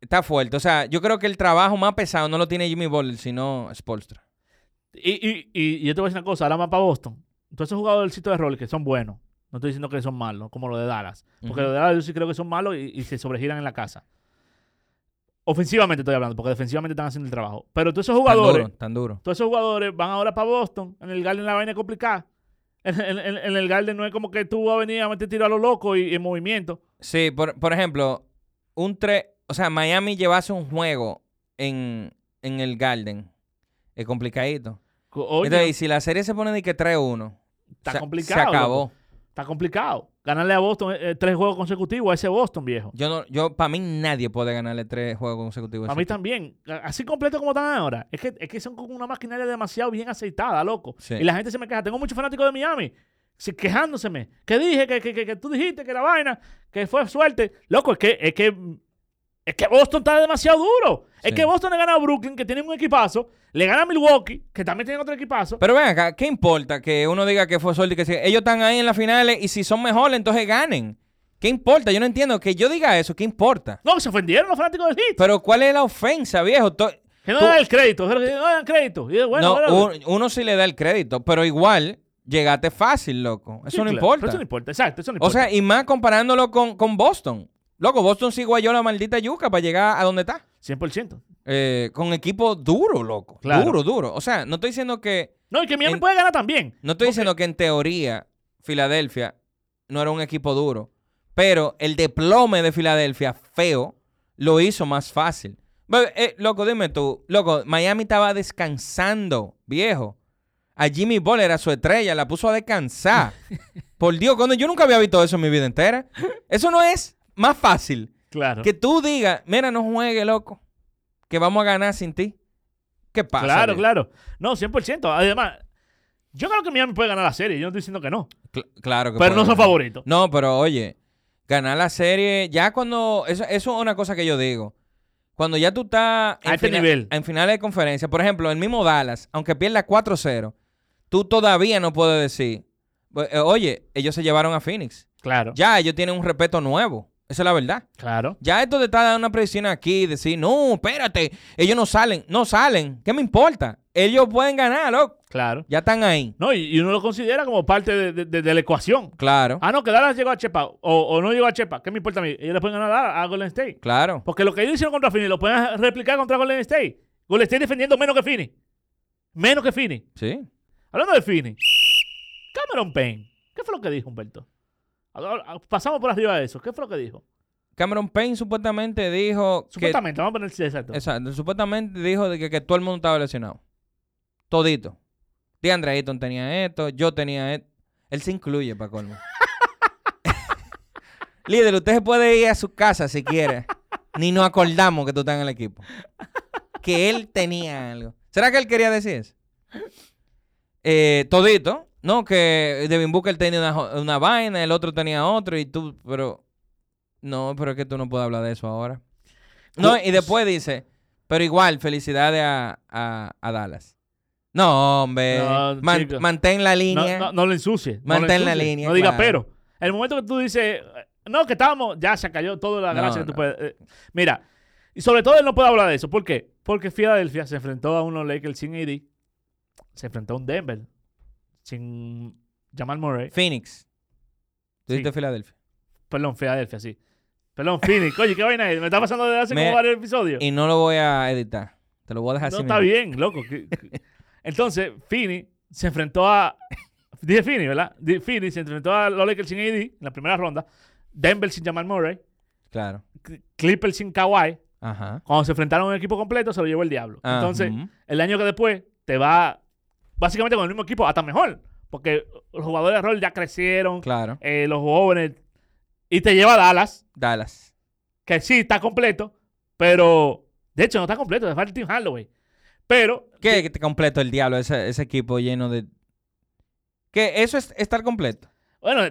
está fuerte. O sea, yo creo que el trabajo más pesado no lo tiene Jimmy Butler, sino Spolstra.
Y, y, y- y yo te voy a decir una cosa, ahora más para Boston. Todos esos jugadores del sitio de rol que son buenos. No estoy diciendo que son malos, como lo de Dallas. Porque
Ujú.
lo de Dallas yo sí creo que son malos y, y se sobregiran en la casa. Ofensivamente estoy hablando, porque defensivamente están haciendo el trabajo. Pero todos esos
Tan
jugadores,
duro, tan duro.
todos esos jugadores van ahora para Boston. En el Garden la vaina es complicada. [laughs] En, en- en- en el Garden no es como que tú vas a venir a meter tiro a lo loco y, y en movimiento.
Sí, por, por ejemplo, un 3. O sea, Miami llevase un juego en, en el Garden. Es complicadito.
Co- Oye,
Entonces, y si la serie se pone de que 3-1,
está
se-
complicado.
Se acabó.
loco. Está complicado. Ganarle a Boston eh, eh, tres juegos consecutivos a ese Boston, viejo.
Yo no, yo, para mí nadie puede ganarle tres juegos consecutivos.
A
a ese
mí también. A- Así completo como están ahora. Es que, es que son como una maquinaria demasiado bien aceitada, loco.
Sí.
Y la gente se me queja. Tengo muchos fanáticos de Miami se- quejándoseme. Que dije, que, que, que- que tú dijiste que la vaina, que fue suerte. Loco, es que, es que, es que Boston está demasiado duro. Es
Sí.
que Boston le gana a Brooklyn, que tiene un equipazo. Le gana a Milwaukee, que también tiene otro equipazo.
Pero ven acá, ¿qué importa que uno diga que fue suerte? y Que se- ellos están ahí en las finales y si son mejores, entonces ganen. ¿Qué importa? Yo no entiendo. Que yo diga eso, ¿qué importa?
no, se ofendieron los fanáticos del Heat.
Pero ¿cuál es la ofensa, viejo? To-
que no
tú-
dan el crédito. que No dan crédito. Y yo, bueno,
no,
bueno,
un- uno sí le da el crédito, pero igual llegaste fácil, loco. Eso
sí,
no
claro.
importa.
Eso no importa, exacto. Eso no
O
importa.
sea, y más comparándolo con, con Boston. Loco, Boston sí guayó la maldita yuca para llegar a donde está.
100%.
Eh, con equipo duro, loco.
Claro.
Duro, duro. O sea, no estoy diciendo que...
No, y que Miami
En-
puede ganar también.
No estoy diciendo que en teoría Filadelfia no era un equipo duro, pero el deplome de Filadelfia feo lo hizo más fácil. Ve- eh, loco, dime tú, loco, Miami estaba descansando, viejo. A Jimmy Ball era su estrella, la puso a
[laughs]
descansar. Por Dios, cuando yo nunca había visto eso en mi vida entera. Eso no es más fácil.
Claro.
Que tú digas, mira, no juegue, loco, que vamos a ganar sin ti. ¿Qué pasa?
Claro,
viejo?
claro. No, 100%. Además, yo creo que Miami puede ganar la serie. Yo no estoy diciendo que no.
Cl- claro que
Pero no
puede
son
ganar.
favoritos.
No, pero oye, ganar la serie, ya cuando. Eso, eso es una cosa que yo digo. Cuando ya tú estás.
A este
fina-
nivel.
En finales de conferencia, por ejemplo, el mismo Dallas, aunque pierda 4-0, tú todavía no puedes decir. "Pues, eh, Oye, ellos se llevaron a Phoenix.
Claro.
Ya ellos tienen un respeto nuevo. Esa es la verdad.
Claro.
Ya esto de estar dando una predicción aquí, decir, no, espérate, ellos no salen, no salen. ¿Qué me importa? Ellos pueden ganar, loco.
Claro.
Ya están ahí.
No, y, y uno lo considera como parte de, de- de- de la ecuación.
Claro,
Ah, no, que Dallas llegó a Chepa. O, o no llegó a Chepa. ¿Qué me importa a mí? Ellos le pueden ganar a, a Golden State.
claro.
Porque lo que ellos hicieron contra Phoenix lo pueden replicar contra Golden State. Golden State defendiendo menos que Phoenix. Menos que Phoenix.
Sí.
Hablando de Phoenix. Cameron Payne. ¿Qué fue lo que dijo Humberto? Ahora- Pasamos por arriba de eso. ¿Qué fue lo que dijo?
Cameron Payne supuestamente dijo que
Supuestamente, vamos a poner sí, exacto.
Exacto. Supuestamente dijo de que, que todo el mundo estaba lesionado. Todito. DeAndre Ayton tenía esto, yo tenía esto. Él se incluye, para colmo. [laughs] Líder, usted se puede ir a su casa si quiere. Ni nos acordamos que tú estás en el equipo. Que él tenía algo. ¿Será que él quería decir eso? Eh, todito. No, que Devin Booker tenía una, jo- una vaina, el otro tenía otro y tú, pero... No, pero es que tú no puedes hablar de eso ahora. No, y después dice, pero igual, felicidades a, a- a Dallas. No, hombre.
No,
Man-
chico.
mantén la
No,
línea.
no, no lo ensucie. no lo
Mantén la
ensucie.
línea,
No diga,
claro.
pero. El momento que tú dices, eh, no, que estábamos, ya se cayó toda la
No,
gracia que tú
no.
puedes. eh, mira, y sobre todo él no puede hablar de eso. ¿Por qué? Porque Philadelphia se enfrentó a unos Lakers sin AD, se enfrentó a un Denver sin Jamal Murray.
Phoenix. Tú
Sí.
dijiste Filadelfia.
Perdón, Philadelphia, sí. Perdón, Phoenix. Oye, qué vaina es. Me está pasando desde hace
Me-
como varios episodios.
Y no lo voy a editar. Te lo voy a dejar
No
así.
está
mismo.
bien, loco. que- que- Entonces, Fini se enfrentó a. Dije Fini, ¿verdad? Di- Fini se enfrentó a los Lakers sin AD en la primera ronda. Denver sin Jamal Murray.
Claro.
Cl- Clippers sin Kawhi.
Ajá.
Cuando se enfrentaron a un equipo completo, se lo llevó el diablo.
Ah,
Entonces,
Ajá.
el año que después, te va básicamente con el mismo equipo, hasta mejor. Porque los jugadores de rol ya crecieron,
Claro.
eh, los jóvenes. Y te lleva a Dallas,
Dallas.
que sí está completo, pero. De hecho, no está completo, te falta el Team Halloween. Pero
¿Qué que te completo el diablo? Ese, ese equipo lleno de... Que eso es estar completo.
Bueno, [laughs] de-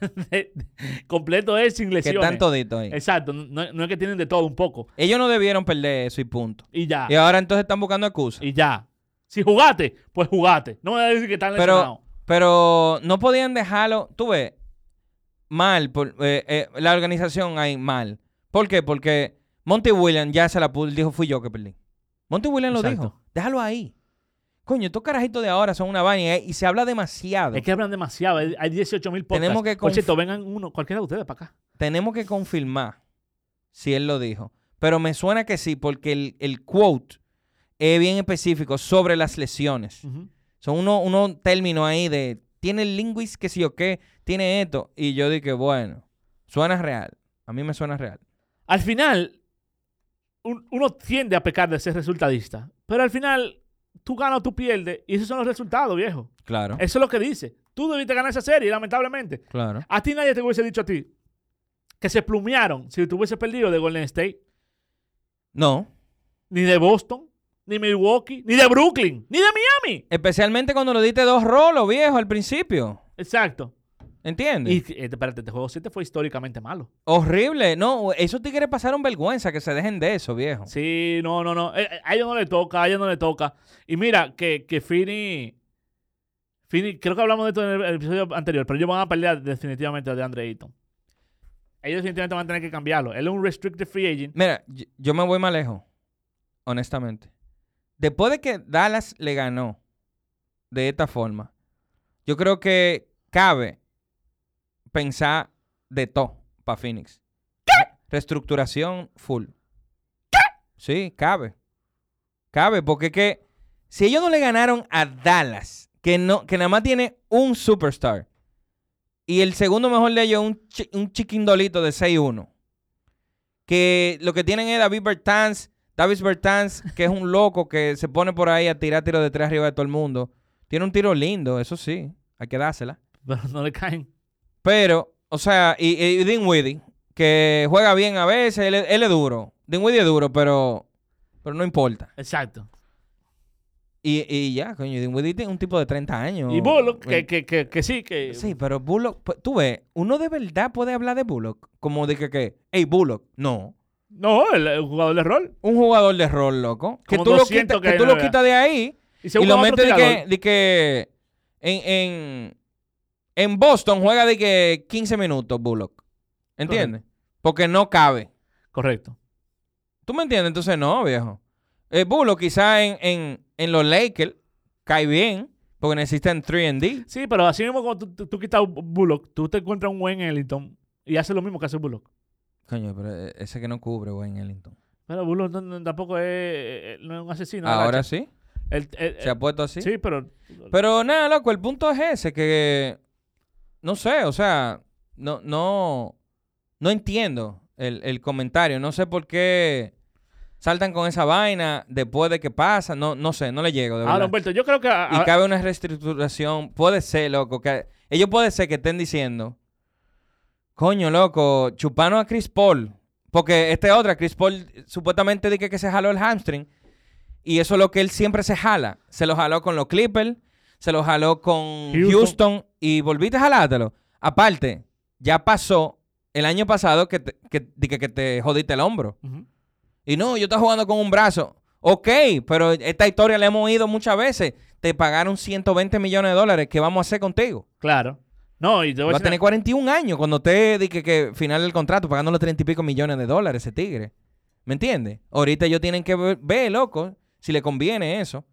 de- de- completo es sin
Que
lesiones.
están toditos ahí.
Exacto, no, no es que tienen de todo un poco.
Ellos no debieron perder eso y punto.
Y ya,
Y ahora entonces están buscando excusas.
Ah. y ya. Si jugaste, pues jugaste. No me vas a decir que están lesionados.
Pero, pero no podían dejarlo, tú ves, mal, por- eh, eh, la organización ahí mal. ¿Por qué? Porque Monty Williams ya se la pudo, él dijo, fui yo que perdí. Monty Williams lo
Exacto.
dijo, déjalo ahí. Coño, estos carajitos de ahora son una vaina y, y se habla demasiado.
Es que hablan demasiado. Hay hay 18 mil podcasts.
Tenemos que
Por
conf-
cierto, vengan uno, cualquiera de ustedes para acá.
Tenemos que confirmar si él lo dijo. Pero me suena que sí, porque el, el quote es bien específico sobre las lesiones.
Ujú.
Son unos uno términos ahí de tiene el linguis que sí o qué, tiene esto. Y yo dije, bueno, suena real. A mí me suena real.
Al final, un- uno tiende a pecar de ser resultadista. Pero al final, tú ganas o tú pierdes. Y esos son los resultados, viejo.
Claro.
Eso es lo que dice. Tú debiste ganar esa serie, lamentablemente.
Claro.
A ti nadie te hubiese dicho a ti que se plumearon si tú hubiese perdido de Golden State,
No.
ni de Boston, ni Milwaukee, ni de Brooklyn, ni de Miami.
Especialmente cuando lo diste dos rolos, viejo, al principio.
Exacto.
¿Entiendes?
Y eh, espérate, este juego 7 fue históricamente malo.
Horrible. No, esos tigres pasaron vergüenza que se dejen de eso, viejo.
Sí, no, no, no. Eh, eh, a ellos no le toca, a ellos no le toca. Y mira, que, que Fini. Fini, creo que hablamos de esto en el, el episodio anterior, pero ellos van a pelear definitivamente de Andre Ayton. Ellos definitivamente van a tener que cambiarlo. Él es un restricted free agent. [laughs]
Mira, yo, yo me voy más lejos, honestamente. Después de que Dallas le ganó de esta forma, yo creo que cabe pensar de todo para Phoenix. Reestructuración full. Sí, cabe. Cabe, porque es que si ellos no le ganaron a Dallas, que, no, que nada más tiene un superstar, y el segundo mejor de ellos, un, chi- un chiquindolito de 6-1 que lo que tienen es David Bertans, Davis Bertans, que es un loco que se pone por ahí a tirar tiros de tres arriba de todo el mundo. Tiene un tiro lindo, eso sí, hay que dársela.
Pero no le caen.
Pero, o sea, y, y Dinwiddie, que juega bien a veces, él, es- él es duro. Dinwiddie es duro, pero, pero no importa.
Exacto.
Y, y ya, coño, Dinwiddie es un tipo de 30 años.
Y Bullock, que,
Ve-
que, que, que sí, que.
Sí, pero Bullock, pues, tú ves, uno de verdad puede hablar de Bullock, como de que, que hey, Bullock, no.
No, el, el jugador de rol.
Un jugador de rol, loco. Que
Como
tú, lo
200
quitas,
que
que
hay
tú
en
lo
NBA.
quitas de ahí
se
Y
busca
lo
otro
mete de que,
tirador.
de que en, en, en Boston juega de que 15 minutos Bullock. ¿Entiendes? Porque no cabe.
Correcto.
¿Tú me entiendes? Entonces no, viejo. Eh, Bullock quizá en, en, en los Lakers cae bien porque necesitan 3D.
Sí, pero así mismo como tú, tú- tú quitas Bullock, tú te encuentras un buen Ellington y hace lo mismo que hace Bullock.
Coño, pero eh, ese que no cubre, güey, en Ellington.
Pero Bullock no- no- tampoco es, eh, no Eh, es un asesino.
Ahora
agacha.
sí.
Él- él-
Se ha puesto así.
él- sí, pero.
Pero nada, loco, el punto es ese, que no sé, o sea, no, no, no entiendo el, el comentario. No sé por qué saltan con esa vaina después de que pasa. No, no sé, no le llego. De
Ahora,
verdad.
Humberto, yo creo que. a-
Y
a-
cabe una reestructuración. Puede ser, loco. Que... Ellos puede ser que estén diciendo, coño, loco, chupano a Chris Paul. Porque este otro, Chris Paul, supuestamente dije que se jaló el hamstring. Y eso es lo que él siempre se jala. Se lo jaló con los Clippers, se lo jaló con
Houston.
Houston, y volviste a jalártelo. Aparte, ya pasó el año pasado que te, que, di que- que te jodiste el hombro.
Ujú.
Y no, yo estaba jugando con un brazo. Ok, pero esta historia la hemos oído muchas veces. Te pagaron 120 millones de dólares. ¿Qué vamos a hacer contigo?
Claro. No, y te voy
Va
a
a
decir
tener 41 años cuando te di que, que final del contrato, pagando los 30 y pico millones de dólares ese tigre. ¿Me entiendes? Ahorita ellos tienen que ver, ver, loco, si le conviene eso.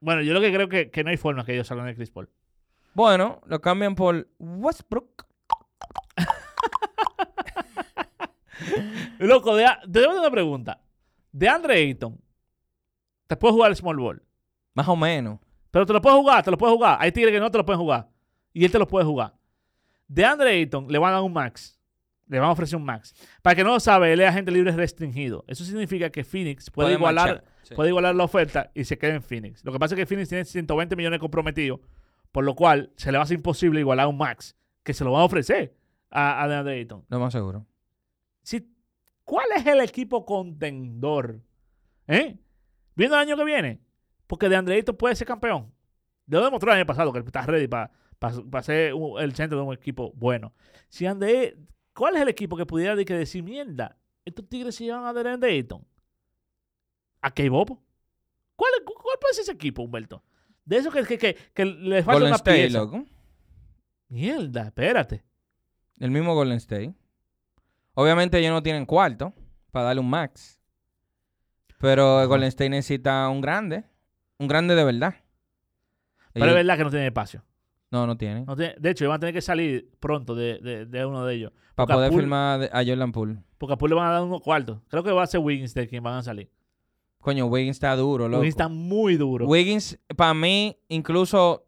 Bueno, yo lo que creo que, que no hay forma que ellos salgan de Chris Paul.
Bueno, lo cambian por Westbrook.
Loco, de, a- te debo hacer una pregunta. De Andre Ayton, te puedes jugar el small ball.
Más o menos.
Pero te lo puedes jugar, te lo puedes jugar. Hay tigres que no te lo pueden jugar. Y él te lo puede jugar. De Andre Ayton le van a dar un max. Le van a ofrecer un max. Para que no lo sabe, él es agente libre restringido. Eso significa que Phoenix puede,
Pueden
igualar,
marchar, sí.
puede igualar la oferta y se queda en Phoenix. Lo que pasa es que Phoenix tiene 120 millones comprometidos, por lo cual se le va a hacer imposible igualar un max que se lo van a ofrecer a, a DeAndre Ayton
Lo más seguro.
si, ¿cuál es el equipo contendor? ¿Eh? Viendo el año que viene. Porque de Andreito puede ser campeón. Lo demostró el año pasado que está ready para ser un- el centro de un equipo bueno. Si Andre, ¿Cuál es el equipo que pudiera de que decir, mierda, estos tigres se llevan a De Andreito? ¿A qué bobo? ¿Cuál, cu- ¿Cuál puede ser ese equipo, Humberto? De esos que, que, que, que les falta
Golden
una
State,
pieza.
loco.
Mierda, espérate.
El mismo Golden State. Obviamente ellos no tienen cuarto para darle un max. Pero el Golden State necesita un grande. Un grande de verdad.
Pero Ah, es
Ellos-
verdad que no tiene espacio.
No, no tienen.
No tiene- de hecho, van a tener que salir pronto de, de- de uno de ellos.
para poder
Poole-
firmar de- a Jordan Poole.
Porque a Poole le van a dar unos cuartos. Creo que va a ser Wiggins de quien van a salir.
Coño, Wiggins está duro, loco.
Wiggins está muy duro.
Wiggins, para mí, incluso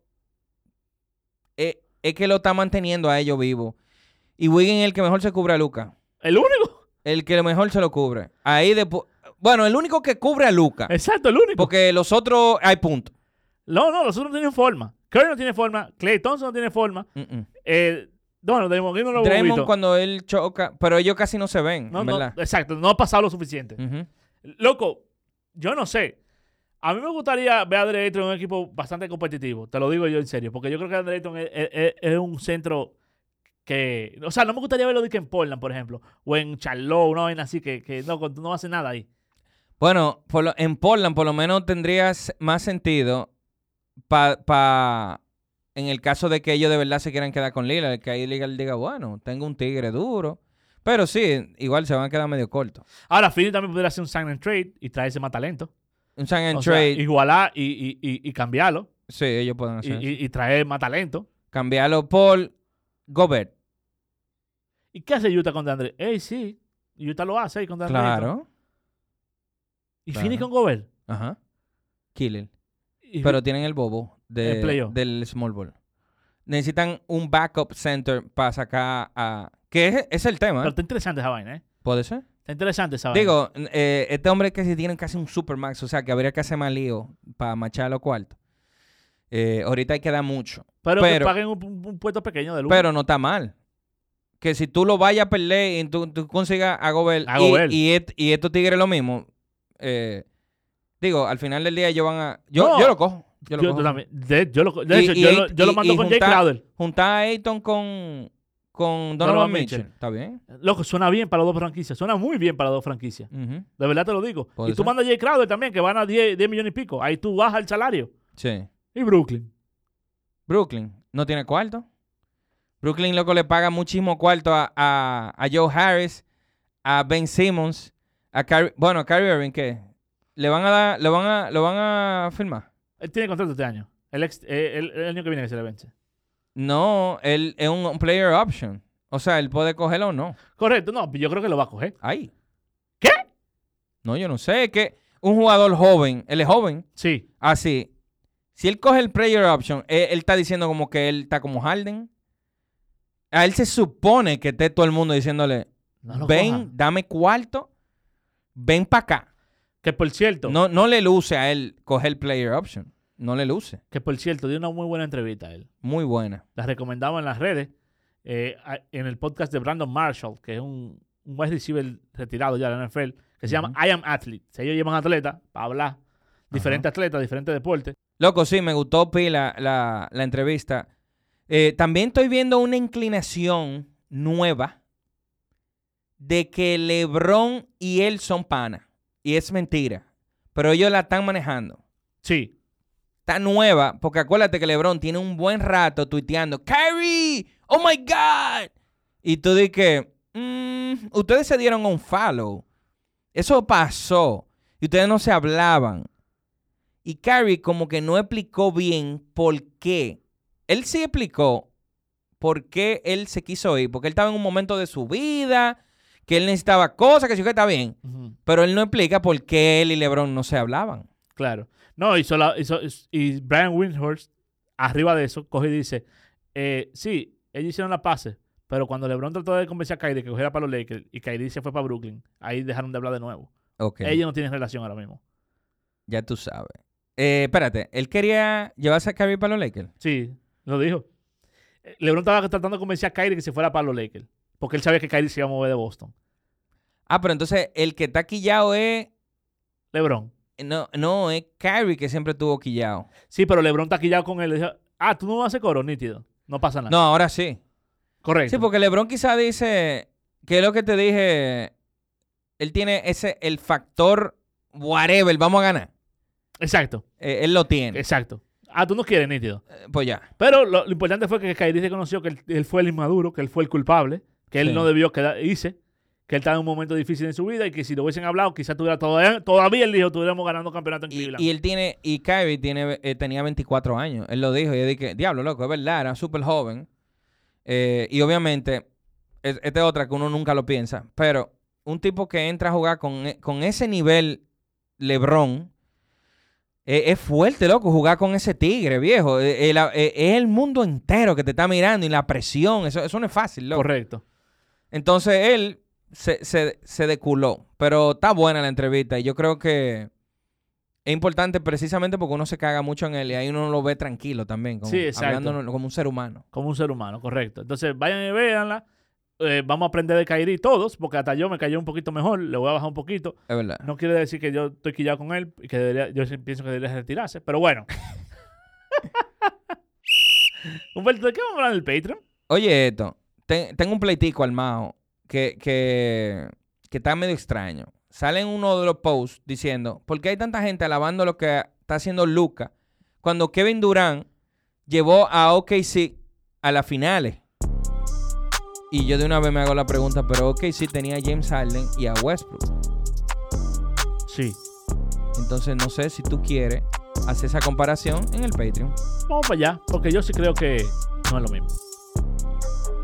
eh, es que lo está manteniendo a ellos vivos. Y Wiggins es el que mejor se cubre a Luca.
el único.
[laughs] El que mejor se lo cubre. Ahí después. Bueno, el único que cubre a Luca.
Exacto, el único.
Porque los otros hay punto.
No, no, los otros no tienen forma. Curry no tiene forma. Clay Thompson no tiene forma.
Mm-mm.
Eh, bueno, Draymond Green no lo hemos
Draymond
visto.
cuando él choca, pero ellos casi no se ven,
No,
en
no,
¿verdad?
exacto, no ha pasado lo suficiente.
Ujú.
Loco, yo no sé. A mí me gustaría ver a Andre Ayton en un equipo bastante competitivo. Te lo digo yo en serio. Porque yo creo que Andre Ayton es, es- es- es un centro que... O sea, no me gustaría verlo de que en Portland, por ejemplo. O en Charlotte, una vaina así que, que no, con- no hace nada ahí.
Bueno, por lo- en Portland por lo menos tendría s- más sentido para en el caso de que ellos de verdad se quieran quedar con Lillard, que ahí Lillard diga, bueno, tengo un tigre duro. Pero sí, igual se van a quedar medio cortos.
Ahora, Philly también pudiera hacer un sign and trade y traerse más talento.
Un sign and
O sea,
trade,
igualar y, y- y- y cambiarlo.
sí, ellos pueden
Y,
hacer. eso.
y- y traer más talento.
Cambiarlo por Gobert.
¿Y qué hace Utah con Andre? Ey, sí. Utah lo hace ahí con Andre. Ayton.
Claro.
Y
claro.
Phoenix con Gobert.
Ajá. Killer.
Y-
Pero tienen el bobo de-
El playoff.
del small ball. Necesitan un backup center para sacar a... Que es, es el tema.
pero
¿eh?
está interesante esa vaina, ¿eh?
¿Puede ser?
Está interesante esa vaina.
Digo, n- eh, este hombre que si tienen casi un supermax, o sea, que habría que hacer más lío para machar los cuartos. Eh, ahorita hay que dar mucho.
Pero, que
Pero-
paguen un, un- un puesto pequeño de luz.
Pero no está mal. Que si tú lo vayas a perder y tú, tú consigas a Gobert
A
y,
Gobert.
y et- y estos tigres lo mismo, eh, digo, al final del día ellos van a... Yo,
No.
yo lo cojo.
yo,
Yo lo cojo.
yo también. De, yo lo, de
Y-
hecho,
y
yo,
ahí-
lo, yo lo
y-
mando
y
con Jake
juntar-
Crowder.
juntar a Ayton con, con Donovan,
Donovan
Mitchell.
Mitchell.
Está bien.
Loco, suena bien para las dos franquicias. Suena muy bien para las dos franquicias.
Ujú.
De verdad te lo digo.
Puede
Y tú
ser.
mandas a Jake Crowder también, que van a 10, 10 millones y pico. Ahí tú bajas el salario.
Sí.
Y Brooklyn.
Brooklyn no tiene cuarto. Brooklyn, loco, le paga muchísimo cuarto a, a- a Joe Harris, a Ben Simmons, a Kyrie... Bueno, a Kyrie Irving, ¿qué? ¿Le van a dar, lo van a, lo van a firmar?
Él tiene contrato este año. El, ex- eh, el- el año que viene que se le vence.
No, él es un player option. O sea, él puede cogerlo o no.
Correcto, no, yo creo que lo va a coger.
Ahí.
¿Qué?
No, yo no sé. Es que un jugador joven, él es joven,
Sí.
Así. Ah, Si él coge el player option, eh, él, está diciendo como que él está como Harden. A él se supone que esté todo el mundo diciéndole,
No lo
ven,
cojan.
dame cuarto, ven para acá.
Que por cierto,
No, no le luce a él coger player option. No le luce.
que por cierto, dio una muy buena entrevista a él.
Muy buena.
La recomendamos en las redes, eh, a- en el podcast de Brandon Marshall, que es un, un wide receiver retirado ya de la NFL, que se llama I Am Athlete. Se ellos llaman atleta para hablar. Diferentes atletas, diferentes deportes.
Loco, sí, me gustó pila la, la entrevista. Eh, también estoy viendo una inclinación nueva de que LeBron y él son pana. Y es mentira. Pero ellos la están manejando.
Sí,
Está nueva, porque acuérdate que LeBron tiene un buen rato tuiteando, Kyrie, oh my God. Y tú di que, "Mm, ustedes se dieron un follow. Eso pasó. Y ustedes no se hablaban. Y Kyrie como que no explicó bien por qué. Él sí explicó por qué él se quiso ir, porque él estaba en un momento de su vida, que él necesitaba cosas, que sí que está bien.
ujú,
Pero él no explica por qué él y LeBron no se hablaban.
claro. No, hizo la- hizo- y Brian Windhorst, arriba de eso, coge y dice: eh, Sí, ellos hicieron la pase, pero cuando LeBron trató de convencer a Kyrie que cogiera para los Lakers y Kyrie se fue para Brooklyn, ahí dejaron de hablar de nuevo.
Ok.
Ellos no tienen relación ahora mismo.
Ya tú sabes. Eh, espérate, él quería llevarse a Kyrie para los Lakers.
Sí, lo dijo. Eh, LeBron estaba tratando de convencer a Kyrie que se fuera para los Lakers. Porque él sabía que Kyrie se iba a mover de Boston.
Ah, pero entonces el que está quillado es.
LeBron.
No, no, es Kyrie que siempre estuvo quillado.
Sí, pero LeBron está quillado con él. Le dijo, ah, tú no vas a hacer coro, nítido. No pasa nada.
No, ahora sí.
Correcto.
Sí, porque LeBron quizá dice. Que es lo que te dije. Él tiene ese. El factor. Whatever, vamos a ganar.
Exacto,
Eh, él lo tiene.
exacto. Ah, tú no quieres, nítido.
Eh, Pues ya.
Pero lo, lo importante fue que Kyrie reconoció que él, él fue el inmaduro, que él fue el culpable, que él
Sí.
no debió quedar, hice, que él estaba en un momento difícil en su vida y que si lo hubiesen hablado, quizás tuviera todavía, todavía él dijo, estuviéramos ganando campeonato en
Y,
Cleveland.
y él tiene. Y Kyrie tiene, eh, tenía 24 años. Él lo dijo. Y yo dije, diablo, loco, es verdad, era súper joven. Eh, y obviamente, es- esta es otra que uno nunca lo piensa. Pero un tipo que entra a jugar con, e- con ese nivel LeBron. eh, es fuerte, loco, jugar con ese tigre, viejo. Eh, eh, la- eh, Es el mundo entero que te está mirando y la presión. Eso, eso no es fácil, loco.
Correcto.
Entonces él se, se, se deculó. Pero está buena la entrevista. Y yo creo que es importante precisamente porque uno se caga mucho en él. Y ahí uno lo ve tranquilo también. Como,
Sí, exacto.
hablando como un ser humano.
como un ser humano, correcto. Entonces, vayan y véanla. Eh, vamos a aprender de Kairi todos, porque hasta yo me cayó un poquito mejor, le voy a bajar un poquito.
Es verdad.
No quiere decir que yo estoy quillado con él y que debería, yo sí pienso que debería retirarse, pero bueno. Humberto, ¿de qué vamos a hablar en el Patreon?
Oye, esto. Ten- tengo un pleitico armado que, que, que está medio extraño. Sale en uno de los posts diciendo, ¿por qué hay tanta gente alabando lo que está haciendo Luca cuando Kevin Durant llevó a OKC a las finales? Y yo de una vez me hago la pregunta, pero OKC tenía a James Harden y a Westbrook.
Sí.
Entonces no sé si tú quieres hacer esa comparación en el Patreon.
Vamos para allá, porque yo sí creo que no es lo mismo.